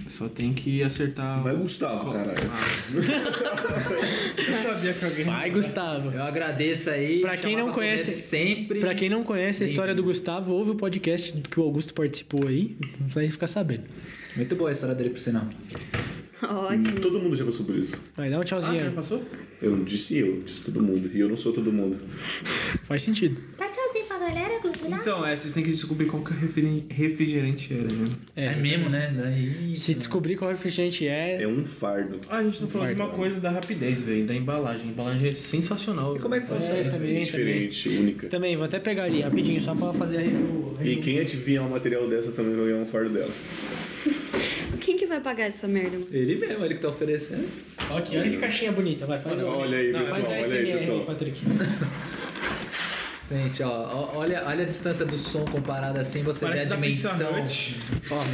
Speaker 4: Só tem que acertar.
Speaker 2: Vai Gustavo, caralho.
Speaker 1: Ah,
Speaker 4: Eu sabia que alguém.
Speaker 1: Vai, Gustavo.
Speaker 3: Eu agradeço aí.
Speaker 1: Pra quem
Speaker 3: chamar
Speaker 1: não
Speaker 3: comer
Speaker 1: conhece-
Speaker 3: Sempre.
Speaker 1: Pra quem não conhece a história do Gustavo, ouve o podcast que o Augusto participou aí, vai ficar sabendo.
Speaker 3: Muito boa a história dele, por sinal.
Speaker 5: Ótimo.
Speaker 2: hum, Todo mundo já passou por isso.
Speaker 1: Vai, dá um
Speaker 4: Ah, já
Speaker 1: tchauzinho.
Speaker 4: passou?
Speaker 2: Eu não disse eu, disse todo mundo. E eu não sou todo mundo. Ah,
Speaker 1: Faz sentido.
Speaker 6: Tá tchauzinho pra galera, Gugu.
Speaker 4: Então, é, vocês têm que descobrir qual que é o refri- refrigerante era, né?
Speaker 1: É,
Speaker 3: mesmo, né? Daí...
Speaker 1: se descobrir qual refrigerante é,
Speaker 2: É um fardo.
Speaker 4: Ah, a gente
Speaker 1: Um
Speaker 4: não falou de uma coisa da rapidez, velho, da embalagem. A embalagem é sensacional.
Speaker 3: E como é que
Speaker 4: velho.
Speaker 3: funciona?
Speaker 1: É, também,
Speaker 2: diferente, única.
Speaker 1: também vou até pegar ali rapidinho, só pra fazer a review.
Speaker 2: E quem adivinhar um material dessa também vai ganhar um fardo dela.
Speaker 1: Tá
Speaker 5: Quem que vai pagar essa merda? mano?
Speaker 3: Ele mesmo, ele que tá oferecendo.
Speaker 1: Ó, que- olha que caixinha bonita, vai, faz
Speaker 2: Olha-
Speaker 1: o-
Speaker 2: olha aí,
Speaker 1: Não,
Speaker 2: pessoal,
Speaker 1: faz a
Speaker 2: olha aí,
Speaker 1: SMR aí,
Speaker 2: pessoal.
Speaker 1: Patrick.
Speaker 3: Gente, ó, ó, olha, olha a distância do som comparada assim, você
Speaker 4: Parece
Speaker 3: vê a
Speaker 4: da Pizza
Speaker 3: dimensão.
Speaker 4: Hut.
Speaker 1: Ó,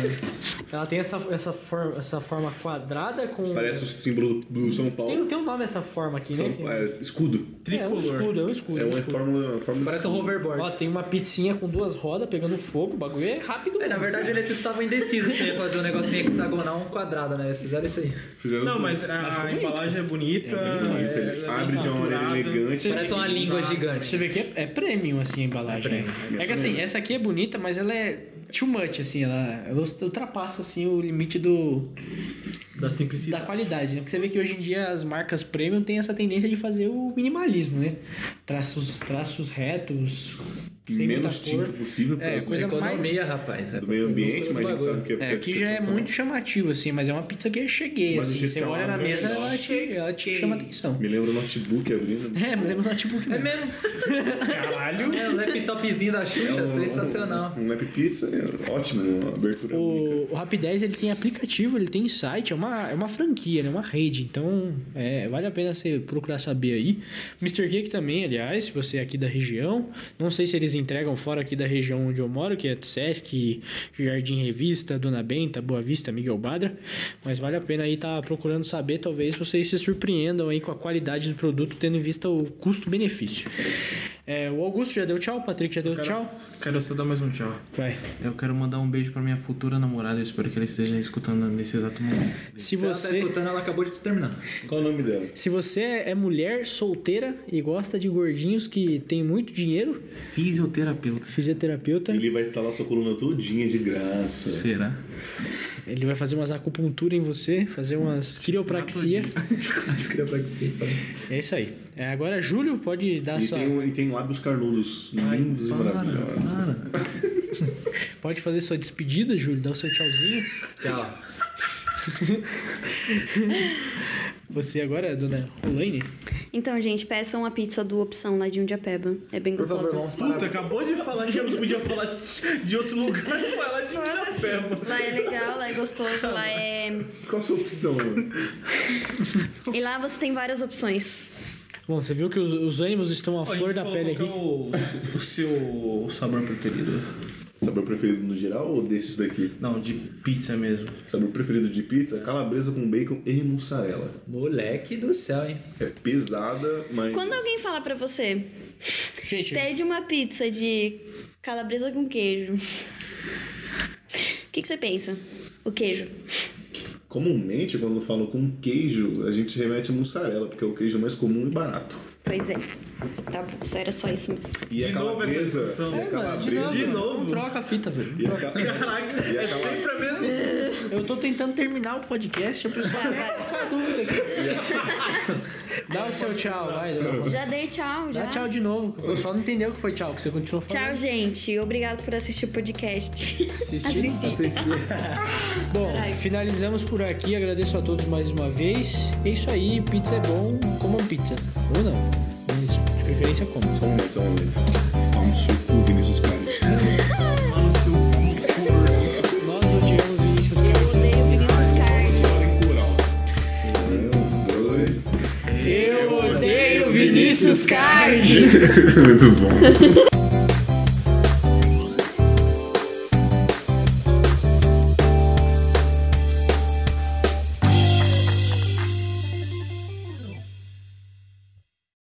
Speaker 1: ela tem essa, essa, forma, essa forma quadrada com.
Speaker 2: Parece o símbolo do do São Paulo.
Speaker 1: Tem, tem um nome essa forma aqui, né?
Speaker 2: São,
Speaker 1: Que-
Speaker 2: é, escudo.
Speaker 1: É um
Speaker 4: Tricolor.
Speaker 1: escudo, é um escudo.
Speaker 2: É
Speaker 1: um
Speaker 2: uma
Speaker 1: escudo.
Speaker 2: fórmula. fórmula
Speaker 3: Parece um hoverboard.
Speaker 1: Ó, tem uma pizzinha com duas rodas pegando fogo, o bagulho é rápido.
Speaker 3: É, na
Speaker 1: mano.
Speaker 3: verdade eles estavam indecisos se ia fazer um negocinho hexagonal ou um quadrado, né? Eles fizeram isso aí.
Speaker 2: Fizeram
Speaker 4: Não,
Speaker 2: tudo.
Speaker 4: mas a, a embalagem é bonita.
Speaker 2: Bonito,
Speaker 4: é-
Speaker 2: ele
Speaker 4: é bem
Speaker 2: abre de uma maneira
Speaker 4: saturada.
Speaker 2: elegante.
Speaker 3: Parece uma língua gigante.
Speaker 1: Você vê que é, é premium, assim, a embalagem. É, que assim, essa aqui é bonita, mas ela é too much, assim, ela, ela ultrapassa, assim, o limite do,
Speaker 4: Da
Speaker 1: da
Speaker 4: simplicidade.
Speaker 1: qualidade, né? Porque você vê que hoje em dia as marcas premium têm essa tendência de fazer o minimalismo, né? Traços, traços retos, sem
Speaker 2: Menos
Speaker 1: muita cor.
Speaker 2: tinta possível
Speaker 1: É,
Speaker 2: pelas
Speaker 1: coisa mais-
Speaker 3: Economia, rapaz. é
Speaker 2: do meio ambiente, mas a gente sabe que é.
Speaker 1: É, que já é muito chamativo, assim, mas é uma pizza que eu cheguei,
Speaker 2: Mas o
Speaker 1: assim,
Speaker 2: jeito
Speaker 1: você
Speaker 2: que ela
Speaker 1: olha na
Speaker 2: abre é
Speaker 1: mesa,
Speaker 2: legal.
Speaker 1: ela te, ela te chama atenção.
Speaker 2: Me lembra o notebook abrindo.
Speaker 1: É, me lembra do notebook
Speaker 3: É
Speaker 1: mesmo.
Speaker 3: mesmo.
Speaker 1: Caralho!
Speaker 3: É, o laptopzinho da Xuxa, É sensacional.
Speaker 2: É Um lap pizza, é ótimo, né? Uma abertura única.
Speaker 1: O, o Rapidez, ele tem aplicativo, ele tem site, é uma, é uma franquia, né? Uma rede, então é, vale a pena você procurar saber aí. Mr. Cake também, aliás, se você é aqui da região, não sei se eles entregam fora aqui da região onde eu moro, que é Sesc, Jardim Revista, Dona Benta, Boa Vista, Miguel Badra, mas vale a pena aí estar procurando saber, talvez vocês se surpreendam aí com a qualidade do produto, tendo em vista o custo-benefício. É, o Augusto já deu tchau, o Patrick já deu tchau.
Speaker 4: Quero só dar mais um tchau.
Speaker 1: Vai.
Speaker 4: Eu quero mandar um beijo pra minha futura namorada. Eu espero que ela esteja escutando nesse exato momento.
Speaker 1: Se
Speaker 3: ela tá
Speaker 1: você...
Speaker 3: escutando, ela acabou de terminar.
Speaker 2: Qual o nome dela?
Speaker 1: Se você é mulher solteira e gosta de gordinhos que tem muito dinheiro,
Speaker 4: Fisioterapeuta.
Speaker 1: fisioterapeuta,
Speaker 2: Ele vai instalar sua coluna todinha de graça.
Speaker 4: Será?
Speaker 1: ele vai fazer umas acupuntura em você, fazer umas criopraxia. É isso aí. É, agora, Júlio, pode dar
Speaker 2: tá E
Speaker 1: sua.
Speaker 2: tem, um- e tem lábios carnudos, lindos e maravilhosos.
Speaker 4: para.
Speaker 2: um-
Speaker 1: Pode fazer sua despedida, Júlio, dar o seu tchauzinho.
Speaker 3: Tchau.
Speaker 1: Você agora, dona Rolaine.
Speaker 5: Então, gente, peçam uma pizza do Opção lá de Undiapeba. É bem
Speaker 3: Por favor,
Speaker 5: gostosa.
Speaker 3: vamos parar.
Speaker 4: acabou de falar que eu não podia falar de outro lugar e falar de
Speaker 5: Foda-se. Lá é legal, lá é gostoso, lá é.
Speaker 2: Qual a sua opção? mano?
Speaker 5: E lá você tem várias opções.
Speaker 1: Bom, você viu que os, os ânimos estão à flor da pele aqui.
Speaker 4: O, o seu sabor preferido?
Speaker 2: Sabor preferido no geral ou desses daqui?
Speaker 4: Não, de pizza mesmo.
Speaker 2: Sabor preferido de pizza? Calabresa com bacon e mussarela.
Speaker 3: Moleque do céu, hein?
Speaker 2: É pesada, mas.
Speaker 5: Quando alguém fala pra você,
Speaker 1: Gente,
Speaker 5: pede uma pizza de calabresa com queijo, o que, que você pensa? O queijo.
Speaker 2: Comumente, quando falam com queijo, a gente remete a mussarela, porque é o queijo mais comum e barato.
Speaker 5: Pois é. Tá bom, só era só isso mesmo.
Speaker 2: E a
Speaker 4: De novo essa
Speaker 2: calabresa.
Speaker 4: discussão.
Speaker 2: e a
Speaker 1: é, mano, de
Speaker 2: calabresa-
Speaker 1: novo,
Speaker 4: De novo? é
Speaker 1: Não troca a fita, velho.
Speaker 2: E a ca- e a cala-
Speaker 4: Sempre a mesma
Speaker 1: Eu tô tentando terminar o podcast, a pessoa tá com a dúvida aqui. Dá o seu tchau, vai. dona Rolaine.
Speaker 5: Já dei tchau, já.
Speaker 1: Dá tchau de novo, que o pessoal não entendeu o que foi tchau, que você continuou
Speaker 5: Tchau,
Speaker 1: falando.
Speaker 5: gente. Obrigado por assistir o podcast.
Speaker 1: Assistir.
Speaker 5: Assistir.
Speaker 1: Bom,
Speaker 5: Caralho.
Speaker 1: finalizamos por aqui. Agradeço a todos mais uma vez. É isso aí, pizza é bom, comam pizza. Ou não. Mas, De preferência, comam.
Speaker 2: Só um momento, só um momento. Vamos, o Vinícius Carlos.
Speaker 1: Nós odiamos Vinícius Carlos.
Speaker 5: Eu odeio Vinícius Card.
Speaker 2: Um, dois.
Speaker 1: Eu odeio Vinícius Card.
Speaker 2: Muito bom.